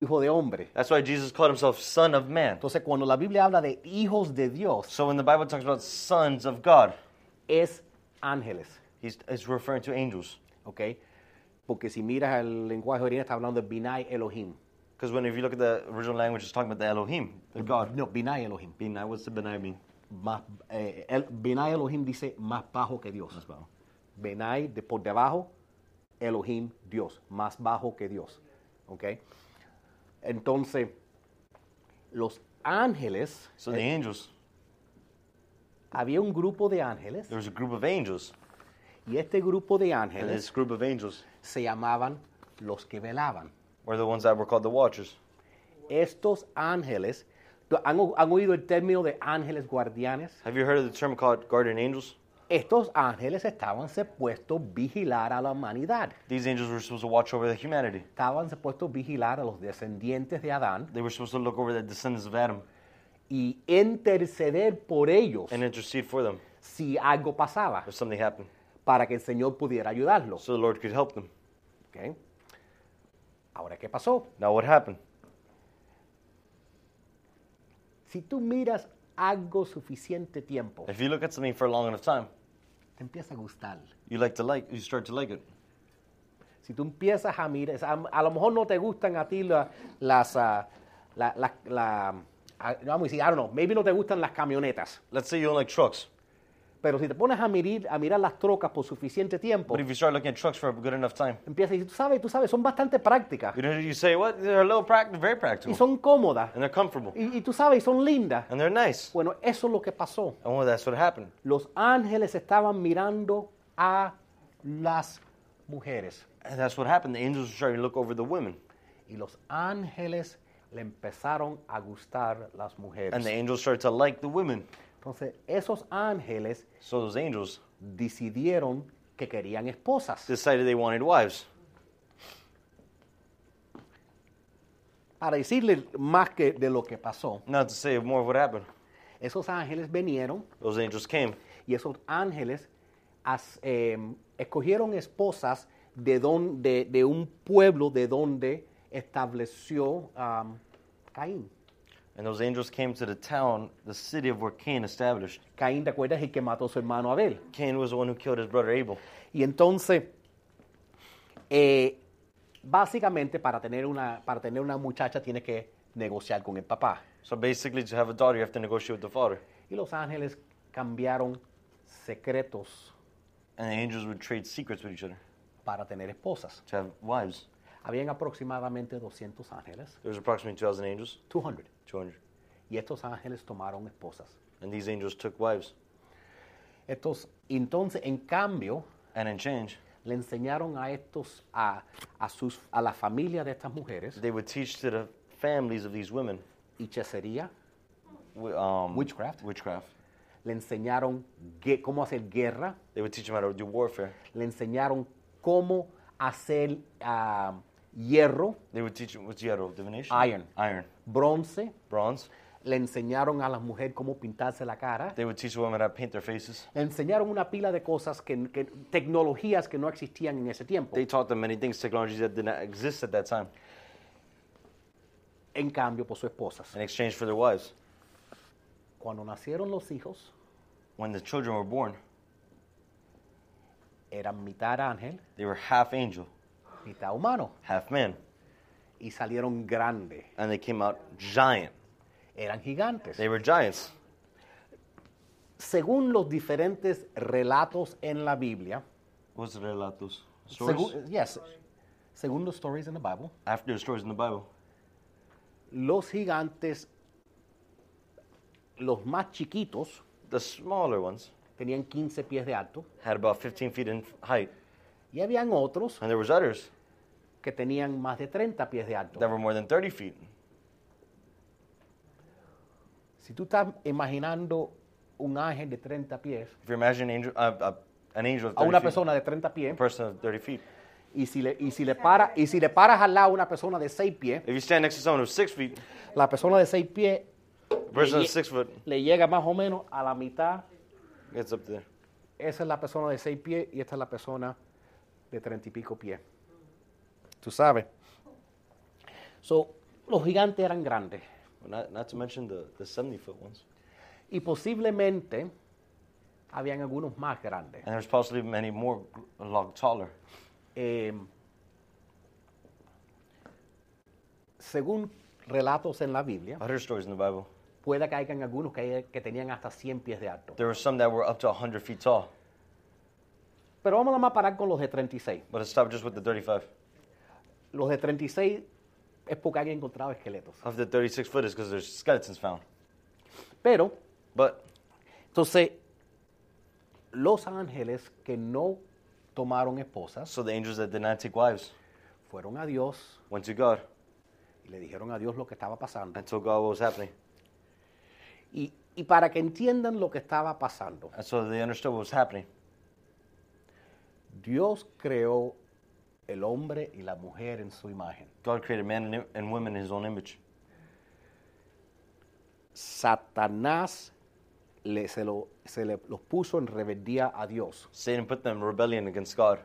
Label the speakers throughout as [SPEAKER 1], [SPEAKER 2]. [SPEAKER 1] hijo de hombre.
[SPEAKER 2] That's why Jesus called himself Son of Man.
[SPEAKER 1] Entonces, cuando la Biblia habla de hijos de Dios,
[SPEAKER 2] So when the Bible talks about sons of God,
[SPEAKER 1] es ángeles,
[SPEAKER 2] he's, it's referring to angels.
[SPEAKER 1] ¿ok? Porque si miras el lenguaje original, está hablando de Binai Elohim.
[SPEAKER 2] Because when if you look at the original language, it's talking about the Elohim, the God.
[SPEAKER 1] No, Binai Elohim.
[SPEAKER 2] Benai, what's the Benai mean?
[SPEAKER 1] Más, eh, el, Binai Elohim dice más bajo que Dios. Más bajo. Benai, de por debajo, Elohim, Dios, más bajo que Dios. ¿Ok? Entonces, los ángeles,
[SPEAKER 2] So the angels.
[SPEAKER 1] había un grupo de ángeles,
[SPEAKER 2] There was a group of angels,
[SPEAKER 1] y este grupo de
[SPEAKER 2] and
[SPEAKER 1] ángeles
[SPEAKER 2] this group of angels
[SPEAKER 1] se llamaban los que velaban.
[SPEAKER 2] were the ones that were called the Watchers.
[SPEAKER 1] Estos ángeles, ¿han, o- han oído el término de ángeles guardianes?
[SPEAKER 2] Have you heard of the term called guardian angels?
[SPEAKER 1] Estos ángeles estaban supuestos vigilar a la humanidad.
[SPEAKER 2] These angels were supposed to watch over the humanity.
[SPEAKER 1] Estaban supuestos vigilar a los descendientes de Adán
[SPEAKER 2] They were supposed to look over the descendants of Adam
[SPEAKER 1] y interceder por ellos
[SPEAKER 2] and intercede for them
[SPEAKER 1] si algo pasaba
[SPEAKER 2] if something happened,
[SPEAKER 1] para que el Señor pudiera ayudarlos.
[SPEAKER 2] so the Lord could help them.
[SPEAKER 1] ¿ok? Ahora, ¿qué pasó?
[SPEAKER 2] Now, what happened?
[SPEAKER 1] Si tú miras algo suficiente tiempo,
[SPEAKER 2] If you look at something for a long enough time,
[SPEAKER 1] te empieza a gustar.
[SPEAKER 2] you like to like, you start to like it.
[SPEAKER 1] Si tú empiezas a mirar, a, a lo mejor no te gustan a ti la- las, ah, la- la- la- ah, vamos a decir, I don't know, maybe no te gustan las camionetas,
[SPEAKER 2] Let's say you don't like trucks,
[SPEAKER 1] pero si te pones a mirar, a mirar las trocas por suficiente tiempo,
[SPEAKER 2] but if you start looking at trucks for a good enough time,
[SPEAKER 1] empiezas a decir, tú sabes, tú sabes, son bastante prácticas
[SPEAKER 2] you know, you say, what? They're a little practical, very
[SPEAKER 1] y
[SPEAKER 2] practical,
[SPEAKER 1] son cómodas
[SPEAKER 2] and they're comfortable,
[SPEAKER 1] y, y tú sabes, y son lindas.
[SPEAKER 2] and they're nice.
[SPEAKER 1] Bueno, eso es lo que pasó.
[SPEAKER 2] And well, that's what happened.
[SPEAKER 1] Los ángeles estaban mirando a las mujeres
[SPEAKER 2] And that's what happened. The angels were starting to look over the women,
[SPEAKER 1] y los ángeles le empezaron a gustar las mujeres.
[SPEAKER 2] and the angels started to like the women.
[SPEAKER 1] Entonces, esos ángeles
[SPEAKER 2] So those angels
[SPEAKER 1] decidieron que querían esposas.
[SPEAKER 2] decided they wanted wives.
[SPEAKER 1] Para decirle más que de lo que pasó,
[SPEAKER 2] Not to say more of what happened.
[SPEAKER 1] esos ángeles vinieron
[SPEAKER 2] Those angels came,
[SPEAKER 1] y esos ángeles as- eh, escogieron esposas de, don- de- de un pueblo de donde estableció am, Caín.
[SPEAKER 2] and those angels came to the town, the city of where Cain established.
[SPEAKER 1] Caín, ¿te acuerdas? El que mató a su hermano Abel.
[SPEAKER 2] Cain was the one who killed his brother Abel.
[SPEAKER 1] Y entonces, eh, básicamente para tener, una, para tener una muchacha tienes que negociar con el papá.
[SPEAKER 2] So basically, to have a daughter, you have to negotiate with the father.
[SPEAKER 1] Y los ángeles cambiaron secretos
[SPEAKER 2] And the angels would trade secrets with each other
[SPEAKER 1] para tener esposas.
[SPEAKER 2] to have wives.
[SPEAKER 1] Habían aproximadamente 200 ángeles,
[SPEAKER 2] There was approximately 2,000 angels,
[SPEAKER 1] 200,
[SPEAKER 2] 200.
[SPEAKER 1] y estos ángeles tomaron esposas.
[SPEAKER 2] And these angels took wives.
[SPEAKER 1] Estos, entonces, en cambio,
[SPEAKER 2] And in change,
[SPEAKER 1] le enseñaron a estos, a, a, sus, a la familia de estas mujeres,
[SPEAKER 2] they would teach to the families of these women
[SPEAKER 1] hechicería,
[SPEAKER 2] wi- um,
[SPEAKER 1] Witchcraft.
[SPEAKER 2] Witchcraft.
[SPEAKER 1] le enseñaron gue- cómo hacer guerra,
[SPEAKER 2] They would teach them how to do warfare.
[SPEAKER 1] le enseñaron cómo hacer ah, hierro,
[SPEAKER 2] They would teach them what's yellow divination.
[SPEAKER 1] Iron.
[SPEAKER 2] Iron.
[SPEAKER 1] bronce,
[SPEAKER 2] Bronze.
[SPEAKER 1] le enseñaron a la mujer cómo pintarse la cara,
[SPEAKER 2] They would teach the women how to paint their faces.
[SPEAKER 1] Le enseñaron una pila de cosas, que, que- tecnologías que no existían en ese tiempo.
[SPEAKER 2] They taught them many things, technologies that did not exist at that time,
[SPEAKER 1] En cambio, pues, por sus esposas.
[SPEAKER 2] in exchange for their wives.
[SPEAKER 1] Cuando nacieron los hijos,
[SPEAKER 2] When the children were born,
[SPEAKER 1] eran mitad ángel,
[SPEAKER 2] they were half angel,
[SPEAKER 1] mitad humano.
[SPEAKER 2] half man.
[SPEAKER 1] Y salieron grandes.
[SPEAKER 2] And they came out giant.
[SPEAKER 1] Eran gigantes.
[SPEAKER 2] They were giants.
[SPEAKER 1] Según los diferentes relatos en la Biblia,
[SPEAKER 2] What's the relatos?
[SPEAKER 1] según, yes, según los stories in the Bible,
[SPEAKER 2] After the stories in the Bible,
[SPEAKER 1] los gigantes, los más chiquitos,
[SPEAKER 2] the smaller ones
[SPEAKER 1] tenían 15 pies de alto.
[SPEAKER 2] had about 15 feet in height,
[SPEAKER 1] Y habían otros
[SPEAKER 2] and there was others
[SPEAKER 1] que tenían más de 30 pies de alto.
[SPEAKER 2] that were more than 30 feet.
[SPEAKER 1] Si tú estás imaginando un ángel de 30 pies,
[SPEAKER 2] If you imagine an angel, uh, uh, an angel of
[SPEAKER 1] a
[SPEAKER 2] 30
[SPEAKER 1] una
[SPEAKER 2] feet,
[SPEAKER 1] persona de 30
[SPEAKER 2] a
[SPEAKER 1] pies,
[SPEAKER 2] person of 30 feet.
[SPEAKER 1] y si le, y si le, para, y si le paras al lado a una persona de 6 pies,
[SPEAKER 2] If you stand next to someone who's six feet,
[SPEAKER 1] la persona de 6 pies
[SPEAKER 2] a person
[SPEAKER 1] ye-
[SPEAKER 2] of six foot
[SPEAKER 1] le llega más o menos a la mitad.
[SPEAKER 2] gets up there.
[SPEAKER 1] Esa es la persona de 6 pies y esta es la persona de 30 y pico pies. Tú sabes. So, Los gigantes eran grandes
[SPEAKER 2] Well, not, not to mention the, the 70 foot ones.
[SPEAKER 1] y posiblemente habían algunos más grandes.
[SPEAKER 2] And there's possibly many more gr- a lot taller.
[SPEAKER 1] Eh, según relatos en la Biblia,
[SPEAKER 2] I heard stories in the Bible.
[SPEAKER 1] puede que hayan algunos que, hay- que tenían hasta 100 pies de alto.
[SPEAKER 2] There were some that were up to 100 feet tall.
[SPEAKER 1] Pero vamos a parar con los de 36.
[SPEAKER 2] But let's stop just with the 35.
[SPEAKER 1] Los de 36 es porque han encontrado esqueletos.
[SPEAKER 2] Of the 36 foot is because there's skeletons found.
[SPEAKER 1] Pero,
[SPEAKER 2] But
[SPEAKER 1] entonces, los ángeles que no tomaron esposas
[SPEAKER 2] so the angels that did not take wives
[SPEAKER 1] fueron a Dios
[SPEAKER 2] went to God
[SPEAKER 1] y le dijeron a Dios lo que estaba pasando.
[SPEAKER 2] and told God what was happening.
[SPEAKER 1] Y, y para que entiendan lo que estaba pasando,
[SPEAKER 2] And so they understood what was happening.
[SPEAKER 1] Dios creó el hombre y la mujer en su imagen.
[SPEAKER 2] God created man and- and women in his own image.
[SPEAKER 1] Satanás le- se, lo- se le- los puso en rebeldía a Dios.
[SPEAKER 2] Satan put them in rebellion against God.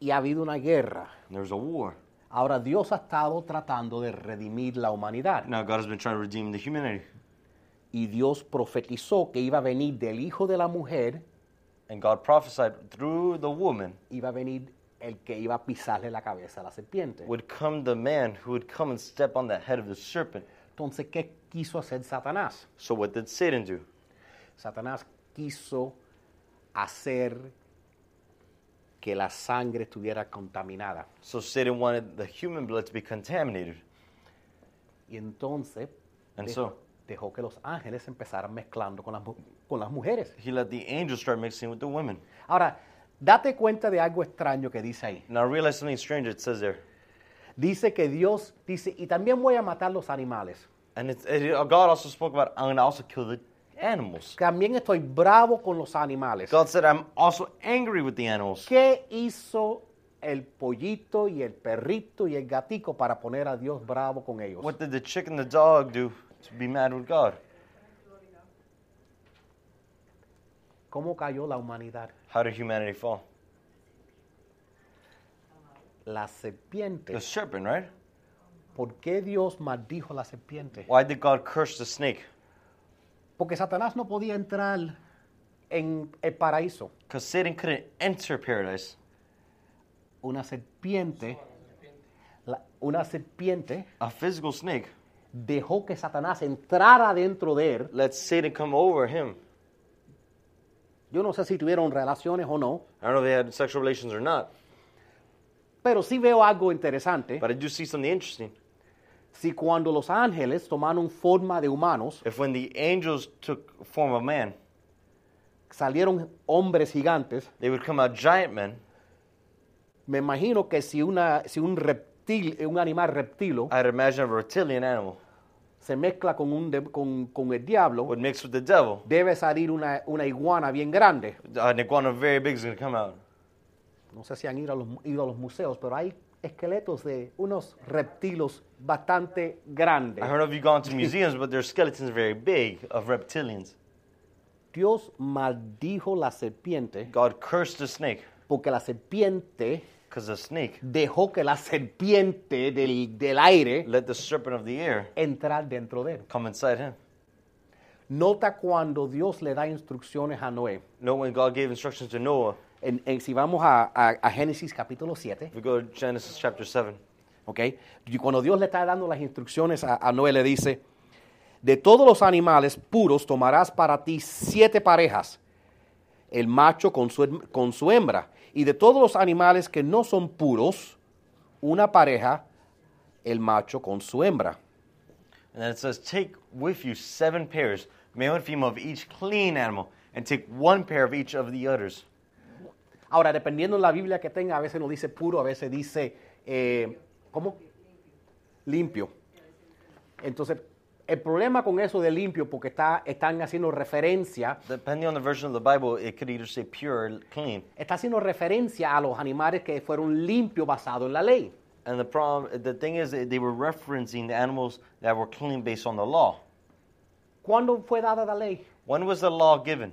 [SPEAKER 1] Y ha habido una guerra.
[SPEAKER 2] And there was a war.
[SPEAKER 1] Ahora Dios ha estado tratando de redimir la humanidad.
[SPEAKER 2] Now God has been trying to redeem the humanity.
[SPEAKER 1] Y Dios profetizó que iba a venir del hijo de la mujer,
[SPEAKER 2] And God prophesied through the woman
[SPEAKER 1] iba a venir el que iba a pisarle la cabeza a la serpiente.
[SPEAKER 2] would come the man who would come and step on the head of the serpent.
[SPEAKER 1] Entonces, ¿qué quiso hacer Satanás?
[SPEAKER 2] So what did Satan do?
[SPEAKER 1] Satanás quiso hacer que la sangre estuviera contaminada.
[SPEAKER 2] So Satan wanted the human blood to be contaminated.
[SPEAKER 1] Y entonces
[SPEAKER 2] And
[SPEAKER 1] dej-
[SPEAKER 2] so-
[SPEAKER 1] dejó que los ángeles empezaran mezclando con las, mu- con las mujeres.
[SPEAKER 2] He let the angels start mixing with the women.
[SPEAKER 1] Ahora, date cuenta de algo extraño que dice ahí.
[SPEAKER 2] Now realize something strange it says there.
[SPEAKER 1] Dice que Dios dice, y también voy a matar los animales.
[SPEAKER 2] And it's, it, God also spoke about, I'm going to also kill the animals.
[SPEAKER 1] También estoy bravo con los animales.
[SPEAKER 2] God said, I'm also angry with the animals.
[SPEAKER 1] ¿Qué hizo el pollito y el perrito y el gatico para poner a Dios bravo con ellos?
[SPEAKER 2] What did the chick and the dog do to be mad with God?
[SPEAKER 1] ¿Cómo cayó la humanidad?
[SPEAKER 2] How did humanity fall?
[SPEAKER 1] La serpiente.
[SPEAKER 2] The serpent, right?
[SPEAKER 1] ¿Por qué Dios maldijo a la serpiente?
[SPEAKER 2] Why did God curse the snake?
[SPEAKER 1] Porque Satanás no podía entrar en el paraíso.
[SPEAKER 2] Because Satan couldn't enter paradise.
[SPEAKER 1] Una serpiente, la- una serpiente
[SPEAKER 2] A physical snake
[SPEAKER 1] dejó que Satanás entrara dentro de él.
[SPEAKER 2] let Satan come over him.
[SPEAKER 1] Yo no sé si tuvieron relaciones o no,
[SPEAKER 2] I don't know if they had sexual relations or not,
[SPEAKER 1] pero sí veo algo interesante.
[SPEAKER 2] but I do see something interesting.
[SPEAKER 1] Si cuando los ángeles tomaron forma de humanos,
[SPEAKER 2] If when the angels took form of man,
[SPEAKER 1] salieron hombres gigantes,
[SPEAKER 2] they would come out giant men.
[SPEAKER 1] me imagino que si, una, si un reptil, un animal reptilo,
[SPEAKER 2] I'd imagine a reptilian animal
[SPEAKER 1] se mezcla con, un de- con, con el diablo,
[SPEAKER 2] would mix with the devil.
[SPEAKER 1] debe salir una, una iguana bien grande.
[SPEAKER 2] An iguana very big is going to come out.
[SPEAKER 1] No sé si han ido a, los, ido a los museos, pero hay esqueletos de unos reptilos bastante grandes.
[SPEAKER 2] I don't know if you've gone to museums, but their skeletons are very big of reptilians.
[SPEAKER 1] Dios maldijo la serpiente
[SPEAKER 2] God cursed the snake
[SPEAKER 1] porque la serpiente
[SPEAKER 2] because the snake
[SPEAKER 1] dejó que la serpiente del, del aire
[SPEAKER 2] let the serpent of the air
[SPEAKER 1] entrar dentro de él.
[SPEAKER 2] come inside him.
[SPEAKER 1] Nota cuando Dios le da instrucciones a Noé.
[SPEAKER 2] Know when God gave instructions to Noah,
[SPEAKER 1] En, en- si vamos a, a- a Génesis capítulo 7,
[SPEAKER 2] if we go to Genesis chapter 7,
[SPEAKER 1] ¿ok? Y cuando Dios le está dando las instrucciones a, a Noé, le dice, de todos los animales puros tomarás para ti siete parejas, el macho con su, hem- con su hembra, y de todos los animales que no son puros, una pareja, el macho con su hembra.
[SPEAKER 2] and then it says, Take with you seven pairs, male and female, of each clean animal, and take one pair of each of the others.
[SPEAKER 1] Ahora, dependiendo de la Biblia que tenga, a veces no dice puro, a veces dice, eh, ¿cómo? Limpio. Entonces, el problema con eso de limpio, porque está, están haciendo referencia,
[SPEAKER 2] Depending on the version of the Bible, it could either say pure or clean.
[SPEAKER 1] está haciendo referencia a los animales que fueron limpios basados en la ley.
[SPEAKER 2] And the problem, the thing is, that they were referencing the animals that were clean based on the law.
[SPEAKER 1] ¿Cuándo fue dada la ley?
[SPEAKER 2] When was the law given?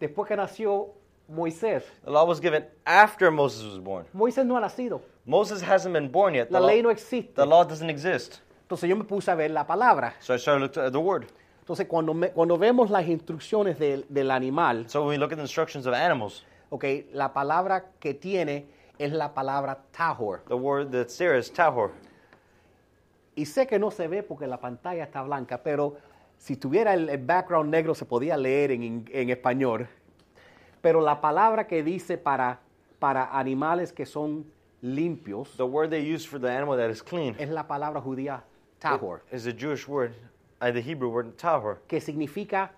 [SPEAKER 1] Después que nació Moisés.
[SPEAKER 2] The law was given after Moses was born.
[SPEAKER 1] Moisés no ha nacido.
[SPEAKER 2] Moses hasn't been born yet. The,
[SPEAKER 1] La ley
[SPEAKER 2] law,
[SPEAKER 1] no existe.
[SPEAKER 2] the law doesn't exist.
[SPEAKER 1] Entonces yo me puse a ver la palabra.
[SPEAKER 2] So I started looking at the word.
[SPEAKER 1] Entonces cuando, me- cuando vemos las instrucciones del, del animal,
[SPEAKER 2] So when we look at the instructions of animals,
[SPEAKER 1] ok, la palabra que tiene es la palabra tahor.
[SPEAKER 2] the word that's there is tahor.
[SPEAKER 1] Y sé que no se ve porque la pantalla está blanca, pero si tuviera el, el background negro se podía leer en, in- en español. Pero la palabra que dice para, para animales que son limpios
[SPEAKER 2] The word they use for the animal that is clean
[SPEAKER 1] es la palabra judía tahor,
[SPEAKER 2] is the Jewish word, uh, the Hebrew word tahor.
[SPEAKER 1] que significa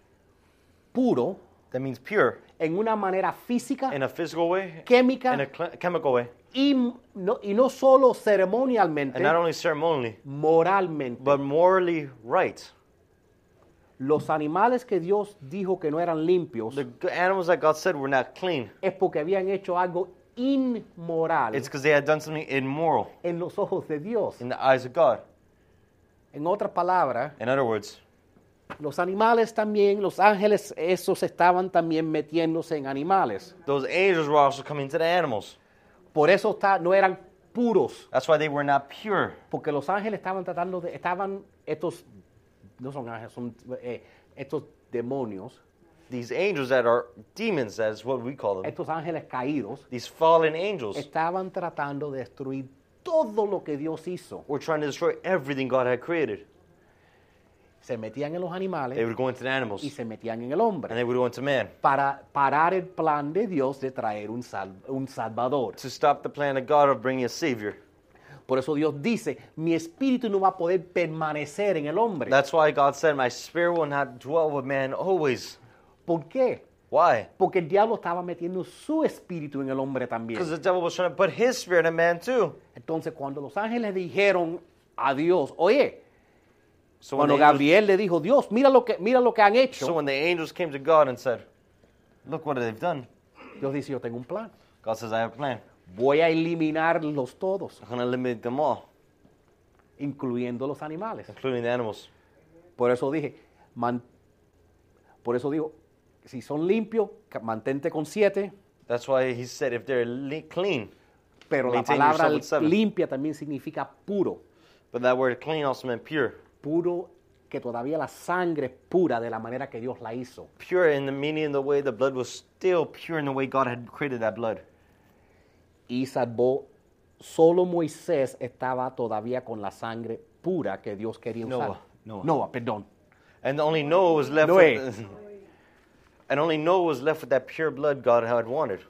[SPEAKER 1] puro
[SPEAKER 2] That means pure
[SPEAKER 1] en una manera física,
[SPEAKER 2] in a physical way,
[SPEAKER 1] química
[SPEAKER 2] in a cle- chemical way,
[SPEAKER 1] y no, y no solo ceremonialmente,
[SPEAKER 2] and not only ceremonially,
[SPEAKER 1] moralmente.
[SPEAKER 2] but morally right.
[SPEAKER 1] Los animales que Dios dijo que no eran limpios
[SPEAKER 2] The g- animals that God said were not clean.
[SPEAKER 1] es porque habían hecho algo inmoral
[SPEAKER 2] It's because they had done something immoral
[SPEAKER 1] en los ojos de Dios.
[SPEAKER 2] in the eyes of God.
[SPEAKER 1] En otras palabras,
[SPEAKER 2] In other words,
[SPEAKER 1] los animales también, los ángeles, esos estaban también metiéndose en animales.
[SPEAKER 2] those angels were also coming to the animals.
[SPEAKER 1] Por eso está- no eran puros,
[SPEAKER 2] That's why they were not pure.
[SPEAKER 1] porque los ángeles estaban tratando de, estaban estos, no son ángeles, son eh, estos demonios,
[SPEAKER 2] These angels that are demons, that is what we call them.
[SPEAKER 1] estos ángeles caídos,
[SPEAKER 2] These fallen angels
[SPEAKER 1] estaban tratando de destruir todo lo que Dios hizo.
[SPEAKER 2] were trying to destroy everything God had created.
[SPEAKER 1] Se metían en los
[SPEAKER 2] They
[SPEAKER 1] animales
[SPEAKER 2] would go into the
[SPEAKER 1] y
[SPEAKER 2] animals
[SPEAKER 1] se metían en el
[SPEAKER 2] and
[SPEAKER 1] hombre
[SPEAKER 2] they would go into man
[SPEAKER 1] para parar el plan de Dios de traer un, sal- un salvador.
[SPEAKER 2] to stop the plan of God of bringing a savior.
[SPEAKER 1] Por eso Dios dice, mi espíritu no va a poder permanecer en el hombre.
[SPEAKER 2] That's why God said, My spirit will not dwell with man always.
[SPEAKER 1] ¿Por qué?
[SPEAKER 2] Why?
[SPEAKER 1] Porque el diablo estaba metiendo su espíritu en el hombre
[SPEAKER 2] Because
[SPEAKER 1] también.
[SPEAKER 2] the devil was trying to put his spirit in man too.
[SPEAKER 1] Entonces cuando los ángeles dijeron a Dios, oye,
[SPEAKER 2] So when,
[SPEAKER 1] cuando
[SPEAKER 2] the angels,
[SPEAKER 1] Gabriel le dijo, Dios, mira lo que, mira lo que han
[SPEAKER 2] so
[SPEAKER 1] hecho,
[SPEAKER 2] when the angels came to God and said, Look what they've done,
[SPEAKER 1] Dios dice, yo tengo un plan.
[SPEAKER 2] God says, I have a plan.
[SPEAKER 1] Voy a eliminarlos todos,
[SPEAKER 2] I'm going to eliminate them all,
[SPEAKER 1] incluyendo los animales.
[SPEAKER 2] including the animals.
[SPEAKER 1] Por eso dije, man- por eso digo, si son limpios, ca- mantente con siete,
[SPEAKER 2] That's why he said, If they're li- clean,
[SPEAKER 1] pero la
[SPEAKER 2] Maintain
[SPEAKER 1] palabra
[SPEAKER 2] yourself with seven.
[SPEAKER 1] limpia también significa puro,
[SPEAKER 2] but that word clean also meant pure.
[SPEAKER 1] puro que todavía la sangre es pura de la manera que Dios la hizo.
[SPEAKER 2] Pure in the meaning of the way the blood was still pure in the way God had created that blood.
[SPEAKER 1] Y salvó, solo Moisés estaba todavía con la sangre pura que Dios quería usar.
[SPEAKER 2] Noah, Noah.
[SPEAKER 1] perdón.
[SPEAKER 2] And only Noah was left
[SPEAKER 1] Noé.
[SPEAKER 2] with. And only Noah was left with that pure blood God had wanted.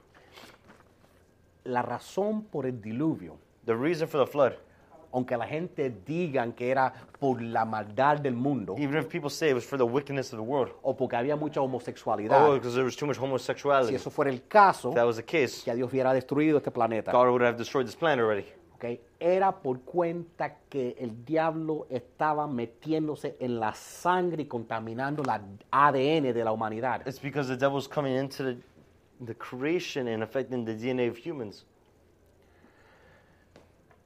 [SPEAKER 1] La razón por el diluvio,
[SPEAKER 2] The reason for the flood,
[SPEAKER 1] aunque la gente digan que era por la maldad del mundo
[SPEAKER 2] even if people say it was for the wickedness of the world,
[SPEAKER 1] o porque había mucha homosexualidad,
[SPEAKER 2] oh, because there was too much
[SPEAKER 1] si
[SPEAKER 2] homosexuality.
[SPEAKER 1] eso fuera el caso,
[SPEAKER 2] If that was the case,
[SPEAKER 1] ya Dios hubiera destruido este planeta.
[SPEAKER 2] God would have destroyed this planet already.
[SPEAKER 1] ¿ok? Era por cuenta que el diablo estaba metiéndose en la sangre y contaminando la ADN de la humanidad.
[SPEAKER 2] It's because the devil's coming into the, the creation and affecting the DNA of humans.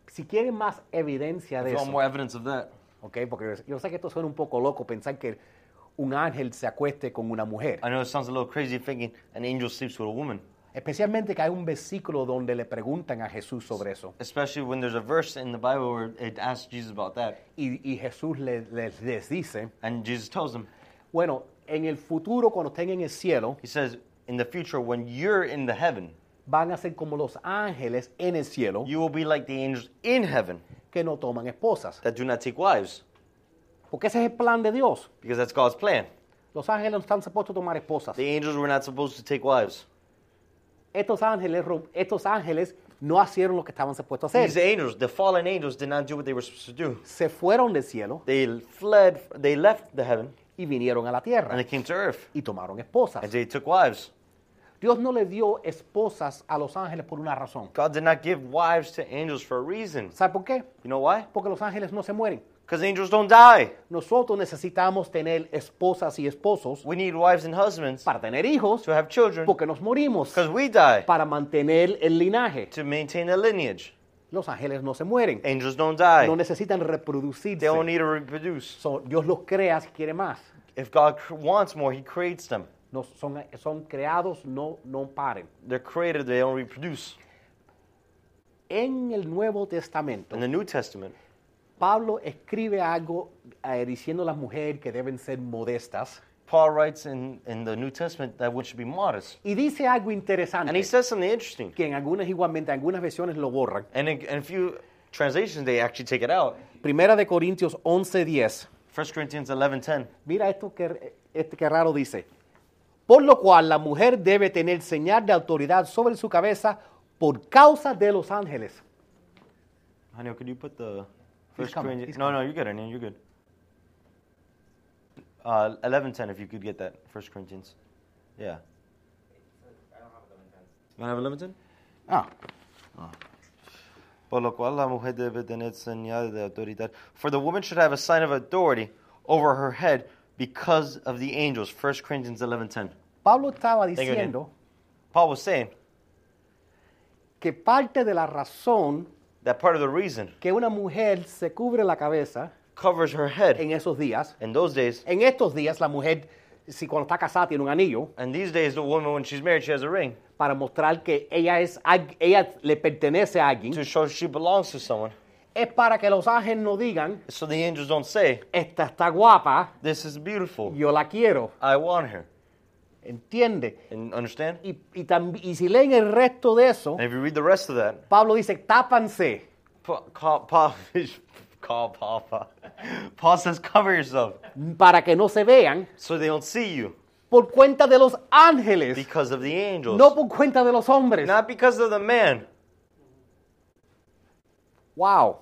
[SPEAKER 1] Si quieren más evidencia de
[SPEAKER 2] If you want
[SPEAKER 1] eso,
[SPEAKER 2] more evidence of that,
[SPEAKER 1] ¿ok? porque yo sé que esto suena un poco loco pensar que un ángel se acueste con una mujer.
[SPEAKER 2] I know it sounds a little crazy thinking an angel sleeps with a woman,
[SPEAKER 1] Especialmente que hay un versículo donde le preguntan a Jesús sobre eso.
[SPEAKER 2] especially when there's a verse in the Bible where it asks Jesus about that.
[SPEAKER 1] Y, y Jesús le- les- les dice,
[SPEAKER 2] And Jesus tells them,
[SPEAKER 1] bueno, en el futuro cuando estén en el cielo,
[SPEAKER 2] He says, in the future, when you're in the heaven,
[SPEAKER 1] van a ser como los ángeles en el cielo
[SPEAKER 2] you will be like the angels in heaven
[SPEAKER 1] que no toman esposas.
[SPEAKER 2] that do not take wives,
[SPEAKER 1] Porque ese es el plan de Dios.
[SPEAKER 2] because that's God's plan.
[SPEAKER 1] Los ángeles no están supuestos a tomar esposas.
[SPEAKER 2] The angels were not supposed to take wives.
[SPEAKER 1] Estos ángeles, rom- estos ángeles no hicieron lo que estaban supuestos a
[SPEAKER 2] These
[SPEAKER 1] hacer.
[SPEAKER 2] angels, the fallen angels, did not do what they were supposed to do.
[SPEAKER 1] Se fueron del cielo
[SPEAKER 2] They fled, they left the heaven,
[SPEAKER 1] y vinieron a la
[SPEAKER 2] and
[SPEAKER 1] tierra
[SPEAKER 2] they came to earth,
[SPEAKER 1] y tomaron
[SPEAKER 2] and
[SPEAKER 1] esposas.
[SPEAKER 2] they took wives.
[SPEAKER 1] Dios no le dio esposas a los ángeles por una razón.
[SPEAKER 2] God did not give wives to angels for a reason.
[SPEAKER 1] ¿Sabe por qué?
[SPEAKER 2] You know why?
[SPEAKER 1] Porque los ángeles no se mueren.
[SPEAKER 2] Because angels don't die.
[SPEAKER 1] Nosotros necesitamos tener esposas y esposos
[SPEAKER 2] We need wives and husbands
[SPEAKER 1] para tener hijos
[SPEAKER 2] to have children,
[SPEAKER 1] porque nos morimos,
[SPEAKER 2] because we die
[SPEAKER 1] para mantener el linaje.
[SPEAKER 2] to maintain the lineage.
[SPEAKER 1] Los ángeles no se mueren.
[SPEAKER 2] Angels don't
[SPEAKER 1] no
[SPEAKER 2] die.
[SPEAKER 1] necesitan reproducirse.
[SPEAKER 2] They don't need to reproduce.
[SPEAKER 1] So, Dios los crea si quiere más.
[SPEAKER 2] If God cr- wants more, He creates them.
[SPEAKER 1] no, son, son creados, no, no paren.
[SPEAKER 2] They're created, they don't reproduce.
[SPEAKER 1] En el Nuevo Testamento,
[SPEAKER 2] In the New Testament,
[SPEAKER 1] Pablo escribe algo eh, diciendo a las mujeres que deben ser modestas
[SPEAKER 2] Paul writes in, in the New Testament that one should be modest.
[SPEAKER 1] y dice algo interesante
[SPEAKER 2] And he says something interesting.
[SPEAKER 1] que en algunas igualmente, algunas versiones lo borran.
[SPEAKER 2] And in, in a few translations, they actually take it out.
[SPEAKER 1] Primera de Corintios 11:10.
[SPEAKER 2] 1 Corinthians 11.10.
[SPEAKER 1] Mira esto que, este que raro dice. Por lo cual la mujer debe tener señal de autoridad sobre su cabeza por causa de los ángeles.
[SPEAKER 2] Honey, could you put the
[SPEAKER 1] He's
[SPEAKER 2] First
[SPEAKER 1] coming,
[SPEAKER 2] Corinthians?
[SPEAKER 1] he's
[SPEAKER 2] No, no, you're good, honey. You're good. Uh, eleven ten, if you could get that First Corinthians. Yeah. I don't have eleven ten.
[SPEAKER 1] Ah,
[SPEAKER 2] Por lo cual la mujer debe tener señal de autoridad. For the woman should have a sign of authority over her head because of the angels. First Corinthians eleven ten.
[SPEAKER 1] Pablo estaba
[SPEAKER 2] you, Dan.
[SPEAKER 1] diciendo
[SPEAKER 2] Paul was saying
[SPEAKER 1] que parte de la razón
[SPEAKER 2] that part of the reason
[SPEAKER 1] que una mujer se cubre la cabeza
[SPEAKER 2] covers her head
[SPEAKER 1] en esos días,
[SPEAKER 2] in those days.
[SPEAKER 1] en estos días la mujer, si cuando está casada tiene un anillo,
[SPEAKER 2] And these days, the woman, when she's married, she has a ring
[SPEAKER 1] para mostrar que ella, es, al- ella le pertenece a alguien,
[SPEAKER 2] to show she belongs to someone.
[SPEAKER 1] es para que los ángeles no digan,
[SPEAKER 2] So the angels don't say,
[SPEAKER 1] esta está guapa,
[SPEAKER 2] This is beautiful.
[SPEAKER 1] yo la quiero,
[SPEAKER 2] I want her.
[SPEAKER 1] ¿entiende?
[SPEAKER 2] And understand?
[SPEAKER 1] Y, y, tam- y si leen el resto de eso,
[SPEAKER 2] And if you read the rest of that,
[SPEAKER 1] Pablo dice, tápanse,
[SPEAKER 2] Pa- call, Paul, call Paul, Paul. Paul says, cover yourself
[SPEAKER 1] para que no se vean,
[SPEAKER 2] so they don't see you
[SPEAKER 1] por cuenta de los ángeles,
[SPEAKER 2] because of the angels.
[SPEAKER 1] no por cuenta de los hombres.
[SPEAKER 2] Not because of the man.
[SPEAKER 1] Wow.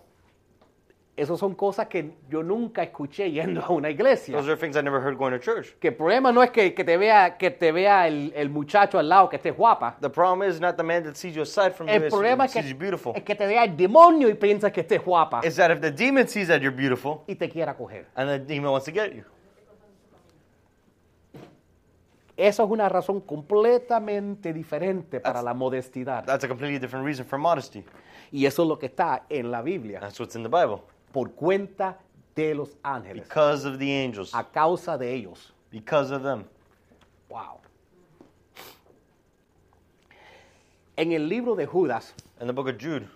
[SPEAKER 1] Esas son cosas que yo nunca escuché yendo a una iglesia.
[SPEAKER 2] Those are things I never heard going to church.
[SPEAKER 1] Que el problema no es que, que te vea, que te vea el, el muchacho al lado que esté guapa.
[SPEAKER 2] The problem is not the man that sees you aside from you
[SPEAKER 1] El
[SPEAKER 2] that
[SPEAKER 1] problema es
[SPEAKER 2] sees
[SPEAKER 1] que,
[SPEAKER 2] you beautiful.
[SPEAKER 1] es que te vea el demonio y piensa que estés guapa
[SPEAKER 2] It's that if the demon sees that you're beautiful
[SPEAKER 1] y te quiera coger.
[SPEAKER 2] and the demon wants to get you.
[SPEAKER 1] Eso es una razón completamente diferente para la modestidad.
[SPEAKER 2] That's a completely different reason for modesty.
[SPEAKER 1] Y eso es lo que está en la Biblia.
[SPEAKER 2] That's what's in the Bible.
[SPEAKER 1] Por cuenta de los ángeles.
[SPEAKER 2] Because of the angels.
[SPEAKER 1] A causa de ellos.
[SPEAKER 2] Because of them.
[SPEAKER 1] Wow. En el libro de Judas,
[SPEAKER 2] In the book of Jude,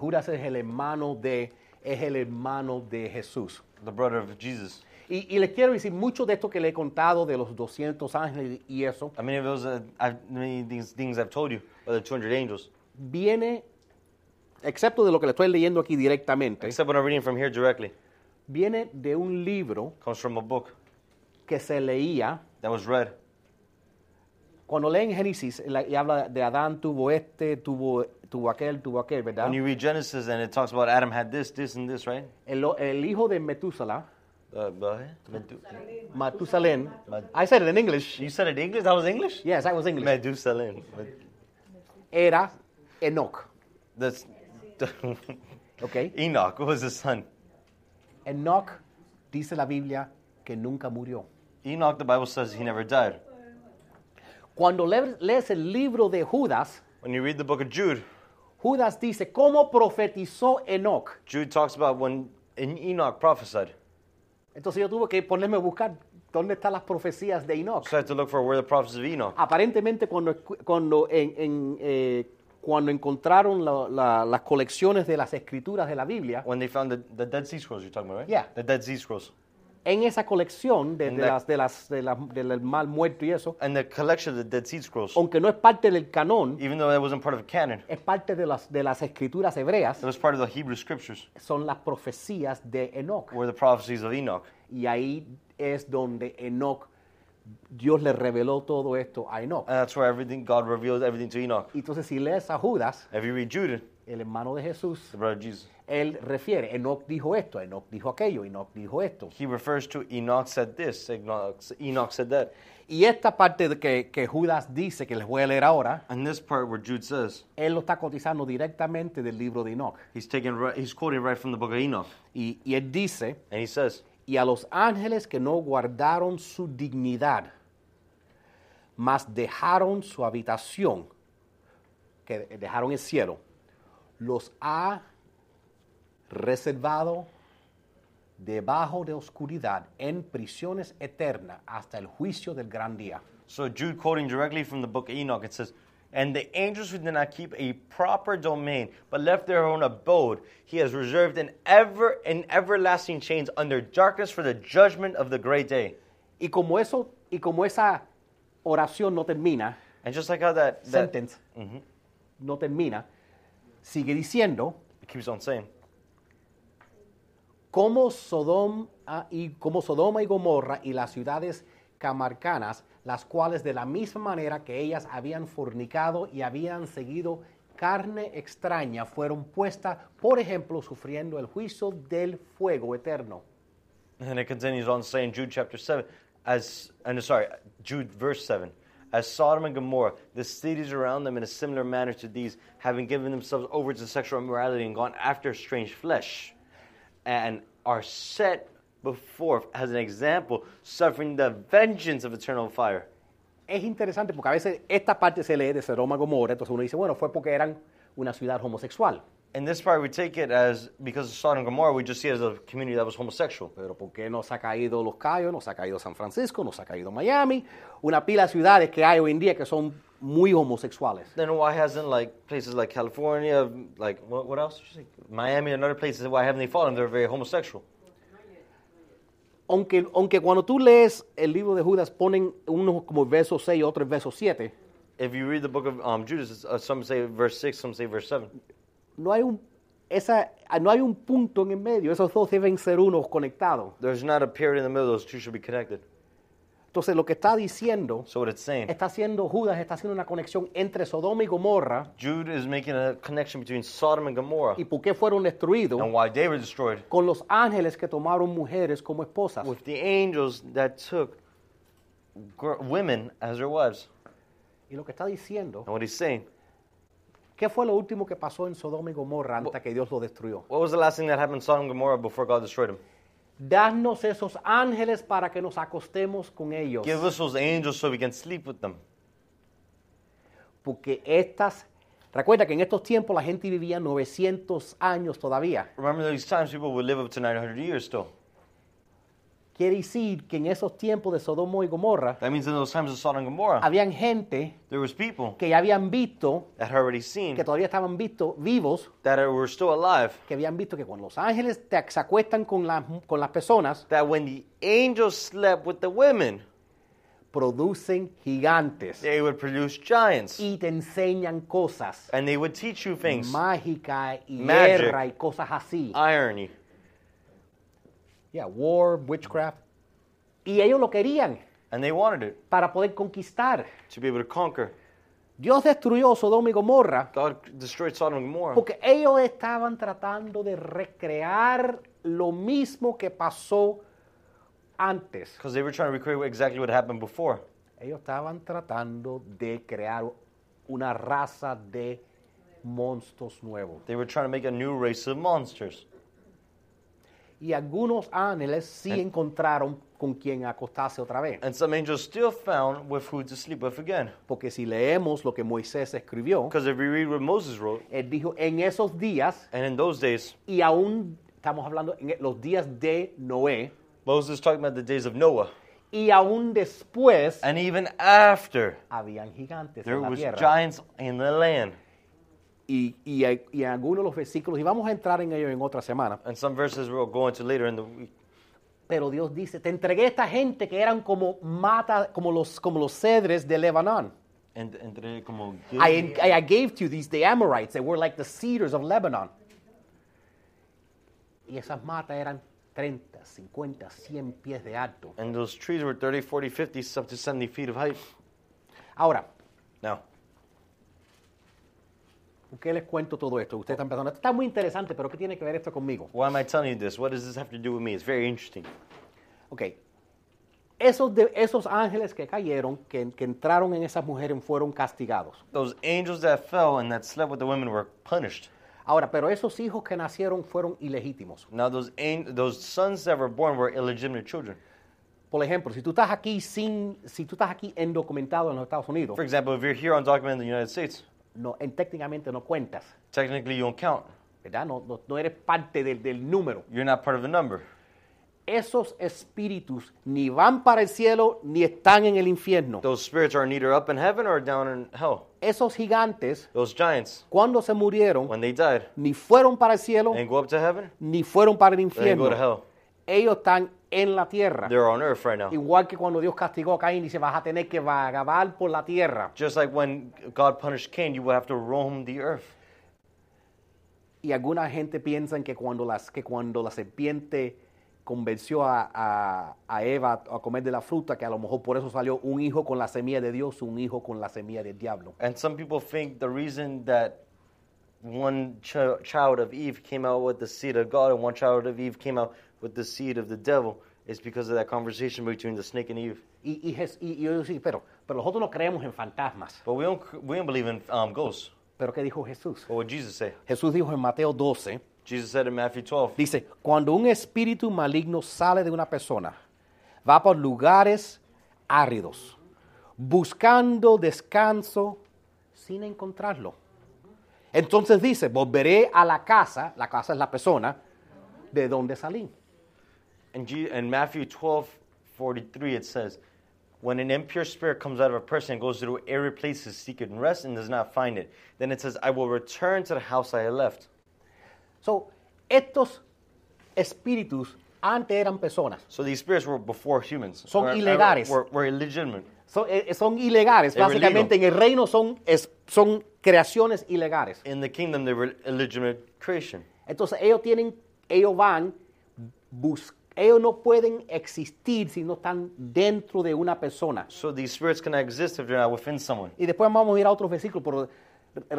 [SPEAKER 1] Judas es el hermano de, es el hermano de Jesús.
[SPEAKER 2] the brother of Jesus.
[SPEAKER 1] Y, y les quiero decir mucho de esto que le he contado de los 200 ángeles y eso,
[SPEAKER 2] I mean, if it was uh, I mean, these things I've told you, or the 200 angels,
[SPEAKER 1] viene, excepto de lo que le estoy leyendo aquí directamente,
[SPEAKER 2] except when I'm reading from here directly,
[SPEAKER 1] viene de un libro
[SPEAKER 2] comes from a book
[SPEAKER 1] que se leía,
[SPEAKER 2] that was read.
[SPEAKER 1] cuando leen Génesis la- y habla de Adán tuvo este, tuvo, tuvo aquel, tuvo aquel, ¿verdad?
[SPEAKER 2] When you read Genesis and it talks about Adam had this, this, and this, right?
[SPEAKER 1] El, el hijo de Metúsala,
[SPEAKER 2] Uh, but- Medu-
[SPEAKER 1] Matusalén, Ah, I said it in English,
[SPEAKER 2] you said it in English? That was English?
[SPEAKER 1] yes, I was English,
[SPEAKER 2] Medusalem. Med-
[SPEAKER 1] era Enoch,
[SPEAKER 2] That's
[SPEAKER 1] ¿ok?
[SPEAKER 2] Enoch was his son.
[SPEAKER 1] Enoch dice la Biblia que nunca murió.
[SPEAKER 2] Enoch, the Bible says he never died.
[SPEAKER 1] Cuando le- lees el libro de Judas,
[SPEAKER 2] When you read the book of Jude,
[SPEAKER 1] Judas dice, ¿cómo profetizó Enoch?
[SPEAKER 2] Jude talks about when en- Enoch prophesied.
[SPEAKER 1] Entonces yo tuve que ponerme a buscar dónde están las prophecies de Enoch.
[SPEAKER 2] So I had to look for where the prophets of Enoch.
[SPEAKER 1] Aparentemente cuando, escu- cuando, en- en, eh, cuando encontraron la- la- las colecciones de las escrituras de la Biblia,
[SPEAKER 2] When they found the, the Dead Sea Scrolls, you're talking about, right?
[SPEAKER 1] Yeah.
[SPEAKER 2] The Dead Sea Scrolls.
[SPEAKER 1] en esa colección de,
[SPEAKER 2] En
[SPEAKER 1] de
[SPEAKER 2] la-
[SPEAKER 1] las, de las, de las- del mal muerto y eso,
[SPEAKER 2] And the collection of the Dead Sea Scrolls,
[SPEAKER 1] aunque no es parte del canón,
[SPEAKER 2] even though that wasn't part of canon,
[SPEAKER 1] es parte de las, de las escrituras hebreas,
[SPEAKER 2] it was part of the Hebrew scriptures,
[SPEAKER 1] son las profecías de Enoch.
[SPEAKER 2] were the prophecies of Enoch.
[SPEAKER 1] Y ahí es donde Enoch, Dios le reveló todo esto a Enoch.
[SPEAKER 2] And that's where everything, God revealed everything to Enoch.
[SPEAKER 1] Y Entonces, si lees a Judas,
[SPEAKER 2] If you read Jude,
[SPEAKER 1] el hermano de Jesús,
[SPEAKER 2] the brother of Jesus,
[SPEAKER 1] él refiere, Enoch dijo esto, Enoch dijo aquello, Enoch dijo esto.
[SPEAKER 2] he refers to Enoch said this, Enoch, Enoch said that.
[SPEAKER 1] Y esta parte de que, que Judas dice, que les voy a leer ahora,
[SPEAKER 2] And this part where Jude says,
[SPEAKER 1] él lo está cotizando directamente del libro de Enoch.
[SPEAKER 2] he's taking, right, he's quoting right from the book of Enoch.
[SPEAKER 1] Y, y él dice,
[SPEAKER 2] And he says,
[SPEAKER 1] y a los ángeles que no guardaron su dignidad, mas dejaron su habitación, que dejaron el cielo, los ha reservado debajo de oscuridad, en prisiones eternas, hasta el juicio del gran día.
[SPEAKER 2] So Jude quoting directly from the book of Enoch, it says, And the angels who did not keep a proper domain, but left their own abode, he has reserved in ever in everlasting chains under darkness for the judgment of the great day.
[SPEAKER 1] Y como eso, y como esa oración no termina,
[SPEAKER 2] And just like how that, that
[SPEAKER 1] sentence no termina, sigue diciendo
[SPEAKER 2] it keeps on saying,
[SPEAKER 1] cómo Sodoma y, como Sodoma y Gomorra y las ciudades camarcanas, las cuales de la misma manera que ellas habían fornicado y habían seguido carne extraña, fueron puestas, por ejemplo, sufriendo el juicio del fuego eterno.
[SPEAKER 2] and it continues on saying, Jude chapter seven, as and sorry, Jude verse seven, as Sodom and Gomorrah, the cities around them in a similar manner to these, having given themselves over to sexual immorality and gone after strange flesh, and are set before as an example, suffering the vengeance of eternal fire.
[SPEAKER 1] Es interesante porque a veces esta parte se lee de Sodoma y Gomorra, entonces uno dice, bueno, fue porque eran una ciudad homosexual.
[SPEAKER 2] In this part, we take it as because of Sodom and Gomorrah, we just see it as a community that was homosexual.
[SPEAKER 1] Pero ¿por qué nos ha caído Los Cayos, nos ha caído San Francisco, nos ha caído Miami? Una pila de ciudades que hay hoy en día que son muy homosexuales.
[SPEAKER 2] Then why hasn't like places like California, like what, what else? Did you say? Miami and other places. Why haven't they fallen? They're very homosexual.
[SPEAKER 1] Aunque, aunque cuando tú lees el libro de Judas ponen unos como verso 6 y otros verso 7,
[SPEAKER 2] If you read the book of um, Judas, it's, uh, some say verse six, some say verse seven.
[SPEAKER 1] no hay, un, esa, no hay un punto en el medio, esos dos deben ser unos conectados.
[SPEAKER 2] There's not a period in the middle; those two should be connected.
[SPEAKER 1] Entonces lo que está diciendo,
[SPEAKER 2] So what it's saying,
[SPEAKER 1] está haciendo Judas, está haciendo una conexión entre Sodoma y Gomorra
[SPEAKER 2] Jude is making a connection between Sodom and Gomorrah
[SPEAKER 1] y por qué fueron destruidos
[SPEAKER 2] and why they were destroyed
[SPEAKER 1] con los ángeles que tomaron mujeres como esposas.
[SPEAKER 2] with the angels that took gr- women as their wives.
[SPEAKER 1] Y lo que está diciendo
[SPEAKER 2] And what he's saying,
[SPEAKER 1] ¿Qué fue lo último que pasó en Sodoma y Gomorra hasta que Dios lo destruyó?
[SPEAKER 2] what was the last thing that happened in Sodom and Gomorrah before God destroyed them?
[SPEAKER 1] Danos esos ángeles para que nos acostemos con ellos.
[SPEAKER 2] Give us those angels so we can sleep with them.
[SPEAKER 1] Porque estas... Recuerda que en estos tiempos la gente vivía 900 años todavía.
[SPEAKER 2] Remember these times people would live up to 900 years still.
[SPEAKER 1] Quiere decir que en esos tiempos de Sodoma y Gomorra
[SPEAKER 2] That means in those times of Sodom and Gomorrah,
[SPEAKER 1] habían gente
[SPEAKER 2] there was people
[SPEAKER 1] que ya habían visto,
[SPEAKER 2] that had already seen
[SPEAKER 1] que todavía estaban visto, vivos,
[SPEAKER 2] that are- were still alive.
[SPEAKER 1] que habían visto que cuando los ángeles te- se acuestan con, las- con las personas,
[SPEAKER 2] That when the angels slept with the women,
[SPEAKER 1] producen gigantes
[SPEAKER 2] they would produce giants,
[SPEAKER 1] y te enseñan cosas.
[SPEAKER 2] and they would teach you things.
[SPEAKER 1] mágica y
[SPEAKER 2] Magic.
[SPEAKER 1] guerra y cosas así.
[SPEAKER 2] Irony.
[SPEAKER 1] Yeah, war, witchcraft. Y ellos lo querían
[SPEAKER 2] And they wanted it
[SPEAKER 1] para poder conquistar.
[SPEAKER 2] to be able to conquer.
[SPEAKER 1] Dios destruyó Sodoma y Gomorra
[SPEAKER 2] God destroyed Sodom and Gomorrah
[SPEAKER 1] porque ellos estaban tratando de recrear lo mismo que pasó antes.
[SPEAKER 2] because they were trying to recreate what- exactly what happened before.
[SPEAKER 1] Ellos estaban tratando de crear una raza de monstruos nuevos.
[SPEAKER 2] They were trying to make a new race of monsters.
[SPEAKER 1] Y algunos ángeles sí encontraron con quien acostarse otra vez.
[SPEAKER 2] And some angels still found with who to sleep with again.
[SPEAKER 1] Porque si leemos lo que Moisés escribió,
[SPEAKER 2] Because if we read what Moses wrote,
[SPEAKER 1] Él dijo en esos días,
[SPEAKER 2] and in those days,
[SPEAKER 1] y aún estamos hablando en los días de Noé,
[SPEAKER 2] Moses talking about the days of Noah.
[SPEAKER 1] y aún después
[SPEAKER 2] And even after,
[SPEAKER 1] habían gigantes
[SPEAKER 2] there
[SPEAKER 1] en la
[SPEAKER 2] was
[SPEAKER 1] tierra.
[SPEAKER 2] giants in the land.
[SPEAKER 1] Y, y, hay- y en algunos de los versículos, y vamos a entrar en ello en otra semana,
[SPEAKER 2] And some verses we'll go into later in the week.
[SPEAKER 1] pero Dios dice, te entregué esta gente que eran como mata, como los, como los cedres de Lebanon.
[SPEAKER 2] And, entre como
[SPEAKER 1] I, I, I gave to you these, the Amorites, they were like the cedars of Lebanon. Y esas matas eran 30, 50, 100 pies de alto.
[SPEAKER 2] and those trees were 30, 40, 50, up to 70 feet of height.
[SPEAKER 1] Ahora,
[SPEAKER 2] Now,
[SPEAKER 1] ¿Por qué les cuento todo esto? Ustedes están pensando, "Esto está muy interesante, pero ¿qué tiene que ver esto conmigo?
[SPEAKER 2] why am I telling you this? What does this have to do with me? It's very interesting.
[SPEAKER 1] Ok. Esos, de, esos ángeles que cayeron, que, que entraron en esas mujeres, fueron castigados.
[SPEAKER 2] Those angels that fell and that slept with the women were punished.
[SPEAKER 1] Ahora, pero esos hijos que nacieron fueron ilegítimos.
[SPEAKER 2] Now, those, an- those sons that were born were illegitimate children.
[SPEAKER 1] Por ejemplo, si tú estás aquí sin, si tú estás aquí indocumentado en los Estados Unidos,
[SPEAKER 2] For example, if you're here undocumented in the United States,
[SPEAKER 1] no, en- técnicamente no cuentas,
[SPEAKER 2] technically you don't count.
[SPEAKER 1] ¿verdad? No, no, no eres parte del, del número.
[SPEAKER 2] You're not part of the number.
[SPEAKER 1] esos espíritus ni van para el cielo ni están en el infierno.
[SPEAKER 2] Those spirits are neither up in heaven or down in hell.
[SPEAKER 1] Esos gigantes,
[SPEAKER 2] Those giants,
[SPEAKER 1] cuando se murieron,
[SPEAKER 2] when they died,
[SPEAKER 1] ni fueron para el cielo
[SPEAKER 2] they didn't go up to heaven,
[SPEAKER 1] ni fueron para el
[SPEAKER 2] they didn't
[SPEAKER 1] infierno.
[SPEAKER 2] go to hell.
[SPEAKER 1] Ellos están en la tierra.
[SPEAKER 2] They're on earth right now.
[SPEAKER 1] Igual que cuando Dios castigó a Caín y dice, vas a tener que vagabar por la tierra.
[SPEAKER 2] Just like when God punished Cain, you would have to roam the earth.
[SPEAKER 1] Y alguna gente piensa que cuando, las, que cuando la serpiente convenció a, a- a Eva a comer de la fruta, que a lo mejor por eso salió un hijo con la semilla de Dios, un hijo con la semilla del diablo.
[SPEAKER 2] And some people think the reason that one ch- child of Eve came out with the seed of God and one child of Eve came out with the seed of the devil is because of that conversation between the snake and Eve.
[SPEAKER 1] Y, y, Jes- y- y yo digo, sí, pero, pero nosotros no creemos en fantasmas.
[SPEAKER 2] But we don't, c- we don't believe in um, ghosts.
[SPEAKER 1] Pero ¿qué dijo Jesús?
[SPEAKER 2] What would Jesus say?
[SPEAKER 1] Jesús dijo en Mateo 12,
[SPEAKER 2] Jesus said in Matthew 12,
[SPEAKER 1] Dice, cuando un espíritu maligno sale de una persona, va por lugares áridos, buscando descanso sin encontrarlo. Entonces dice, volveré a la casa, la casa es la persona, de donde salí.
[SPEAKER 2] In, G- in Matthew 12, 43, it says, When an impure spirit comes out of a person and goes through airy places seeking rest and does not find it, then it says, I will return to the house I left.
[SPEAKER 1] So, estos espíritus antes eran personas.
[SPEAKER 2] So these spirits were before humans.
[SPEAKER 1] Son
[SPEAKER 2] Were-
[SPEAKER 1] ilegales.
[SPEAKER 2] Were, were illegitimate.
[SPEAKER 1] Son, eh, son ilegales,
[SPEAKER 2] They were
[SPEAKER 1] básicamente en el reino son, es- son creaciones ilegales.
[SPEAKER 2] In the kingdom, they were illegitimate creation.
[SPEAKER 1] Entonces ellos tienen, ellos van, bus- ellos no pueden existir si no están dentro de una persona.
[SPEAKER 2] So these spirits cannot exist if they're not within someone.
[SPEAKER 1] Y después vamos a ir a otros versículos, pero